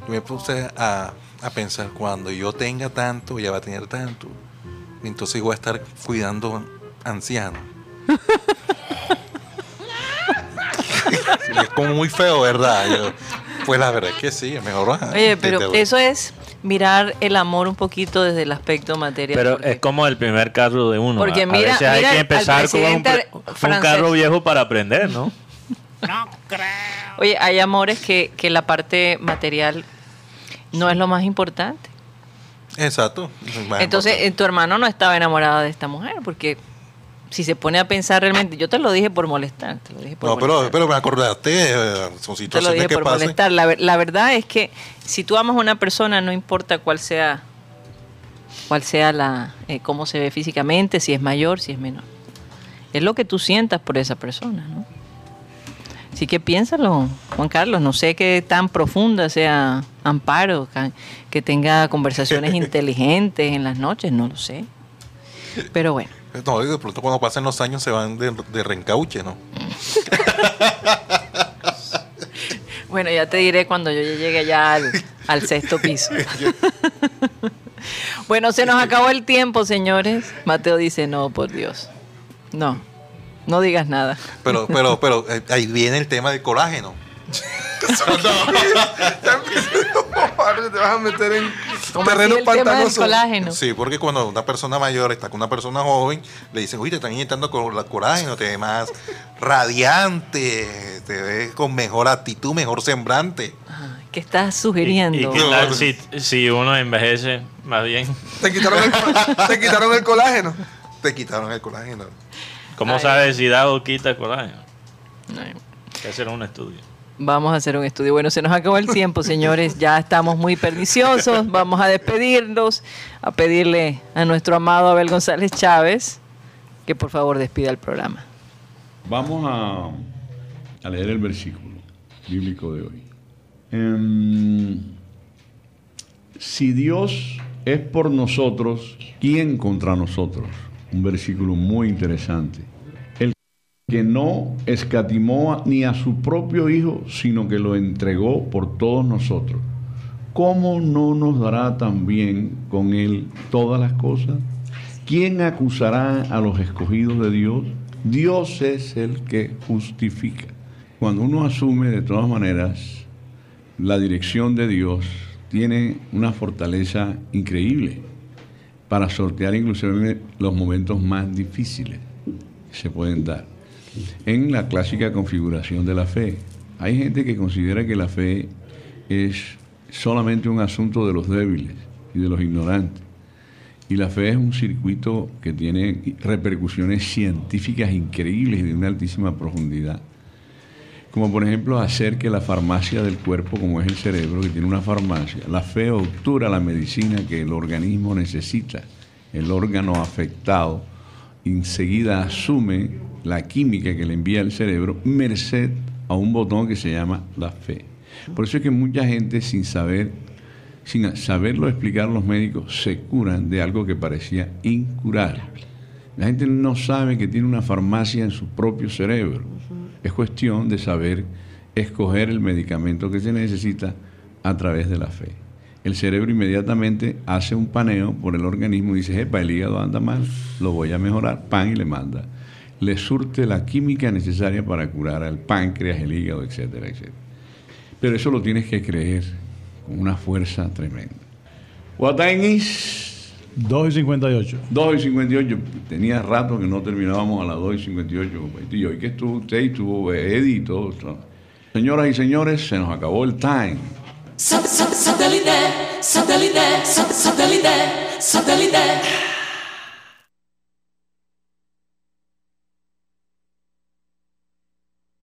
[SPEAKER 3] me puse a, a pensar, cuando yo tenga tanto, ella va a tener tanto. Entonces voy a estar cuidando ancianos. es como muy feo, ¿verdad? Yo, pues la verdad es que sí, es mejor. ah,
[SPEAKER 2] Oye,
[SPEAKER 3] te-
[SPEAKER 2] pero
[SPEAKER 3] te-
[SPEAKER 2] eso es mirar el amor un poquito desde el aspecto material.
[SPEAKER 5] Pero
[SPEAKER 2] porque-
[SPEAKER 5] es como el primer carro de uno.
[SPEAKER 2] Porque
[SPEAKER 5] a, a
[SPEAKER 2] mira-
[SPEAKER 5] veces hay
[SPEAKER 2] mira
[SPEAKER 5] que
[SPEAKER 2] al
[SPEAKER 5] empezar con un,
[SPEAKER 2] presidente
[SPEAKER 5] pre- con un
[SPEAKER 2] francés.
[SPEAKER 5] carro viejo para aprender, ¿no?
[SPEAKER 2] Oye, hay amores que, que la parte material no es lo más importante.
[SPEAKER 3] Exacto. es más
[SPEAKER 2] Entonces,
[SPEAKER 3] importante.
[SPEAKER 2] eh, tu hermano no estaba enamorado de esta mujer, porque si se pone a pensar realmente, yo te lo dije por molestar, te lo dije por
[SPEAKER 3] no, pero,
[SPEAKER 2] molestar.
[SPEAKER 3] pero me acordaste, eh, son
[SPEAKER 2] Te lo
[SPEAKER 3] situaciones
[SPEAKER 2] dije
[SPEAKER 3] que
[SPEAKER 2] por
[SPEAKER 3] pasan.
[SPEAKER 2] molestar. La, ver- la verdad es que si tú amas a una persona, no importa cuál sea, cuál sea la, eh, cómo se ve físicamente, si es mayor, si es menor. Es lo que tú sientas por esa persona, ¿no? Así que piénsalo, Juan Carlos. No sé qué tan profunda sea Amparo, ca- que tenga conversaciones inteligentes en las noches, no lo sé. Pero bueno.
[SPEAKER 3] No, y de pronto cuando pasen los años se van de, de reencauche, ¿no?
[SPEAKER 2] Bueno, ya te diré cuando yo llegue ya al, al sexto piso. bueno, se nos acabó el tiempo, señores. Mateo dice, no, por Dios. No, no digas nada.
[SPEAKER 3] Pero, pero, pero eh, ahí viene el tema del colágeno.
[SPEAKER 4] [LAUGHS] Ahora te vas a meter en
[SPEAKER 2] Como así
[SPEAKER 4] terreno
[SPEAKER 2] el tema del
[SPEAKER 4] pantanoso.
[SPEAKER 2] colágeno.
[SPEAKER 3] Sí, porque cuando una persona mayor está con una persona joven, le dicen, uy, te están inyectando con la colágeno, te ves más radiante, te ves con mejor actitud, mejor sembrante.
[SPEAKER 2] Ay, ¿Qué estás
[SPEAKER 5] Y, y
[SPEAKER 2] sugiriendo?
[SPEAKER 5] qué tal si, si uno envejece más bien.
[SPEAKER 4] Te quitaron el, col- te quitaron el colágeno.
[SPEAKER 3] Te quitaron el colágeno.
[SPEAKER 5] ¿Cómo
[SPEAKER 2] Ay.
[SPEAKER 5] sabes si da o quita colágeno?
[SPEAKER 2] Ay,
[SPEAKER 5] Hay que hacer un estudio.
[SPEAKER 2] Vamos a hacer un estudio. Bueno, se nos acabó el tiempo, señores. Ya estamos muy perniciosos. Vamos a despedirnos, a pedirle a nuestro amado Abel González Chávez que por favor despida el programa.
[SPEAKER 6] Vamos a, a leer el versículo bíblico de hoy. Em, si Dios es por nosotros, ¿quién contra nosotros? Un versículo muy interesante. El que no escatimó a- ni a su propio Hijo, sino que lo entregó por todos nosotros. ¿Cómo no nos dará también con Él todas las cosas? ¿Quién acusará a los escogidos de Dios? Dios es el que justifica. Cuando uno asume de todas maneras la dirección de Dios, tiene una fortaleza increíble. para sortear inclusive los momentos más difíciles que se pueden dar. En la clásica configuración de la fe, hay gente que considera que la fe es solamente un asunto de los débiles y de los ignorantes. Y la fe es un circuito que tiene repercusiones científicas increíbles y de una altísima profundidad. Como por ejemplo hacer que la farmacia del cuerpo, como es el cerebro, que tiene una farmacia, la fe obtura la medicina que el organismo necesita. El órgano afectado enseguida asume la química que le envía el cerebro merced a un botón que se llama la fe. Por eso es que mucha gente sin saber, sin saberlo explicar los médicos, se curan de algo que parecía incurable. La gente no sabe que tiene una farmacia en su propio cerebro. Es cuestión de saber escoger el medicamento que se necesita a través de la fe. El cerebro inmediatamente hace un paneo por el organismo y dice, epa, el hígado anda mal, lo voy a mejorar, pan y le manda. Le surte la química necesaria para curar al páncreas, el hígado, etcétera, etcétera. Pero eso lo tienes que creer con una fuerza tremenda. What time is
[SPEAKER 7] 2 y 58.
[SPEAKER 6] 2 y 58. Tenía rato que no terminábamos a las 2 y 58. compañero. Y hoy que estuvo usted y estuvo Eddie y todo esto. Señoras y señores, se nos acabó el time.
[SPEAKER 8] Sat- sat- Satellite, satellite, sat- satellite, satellite.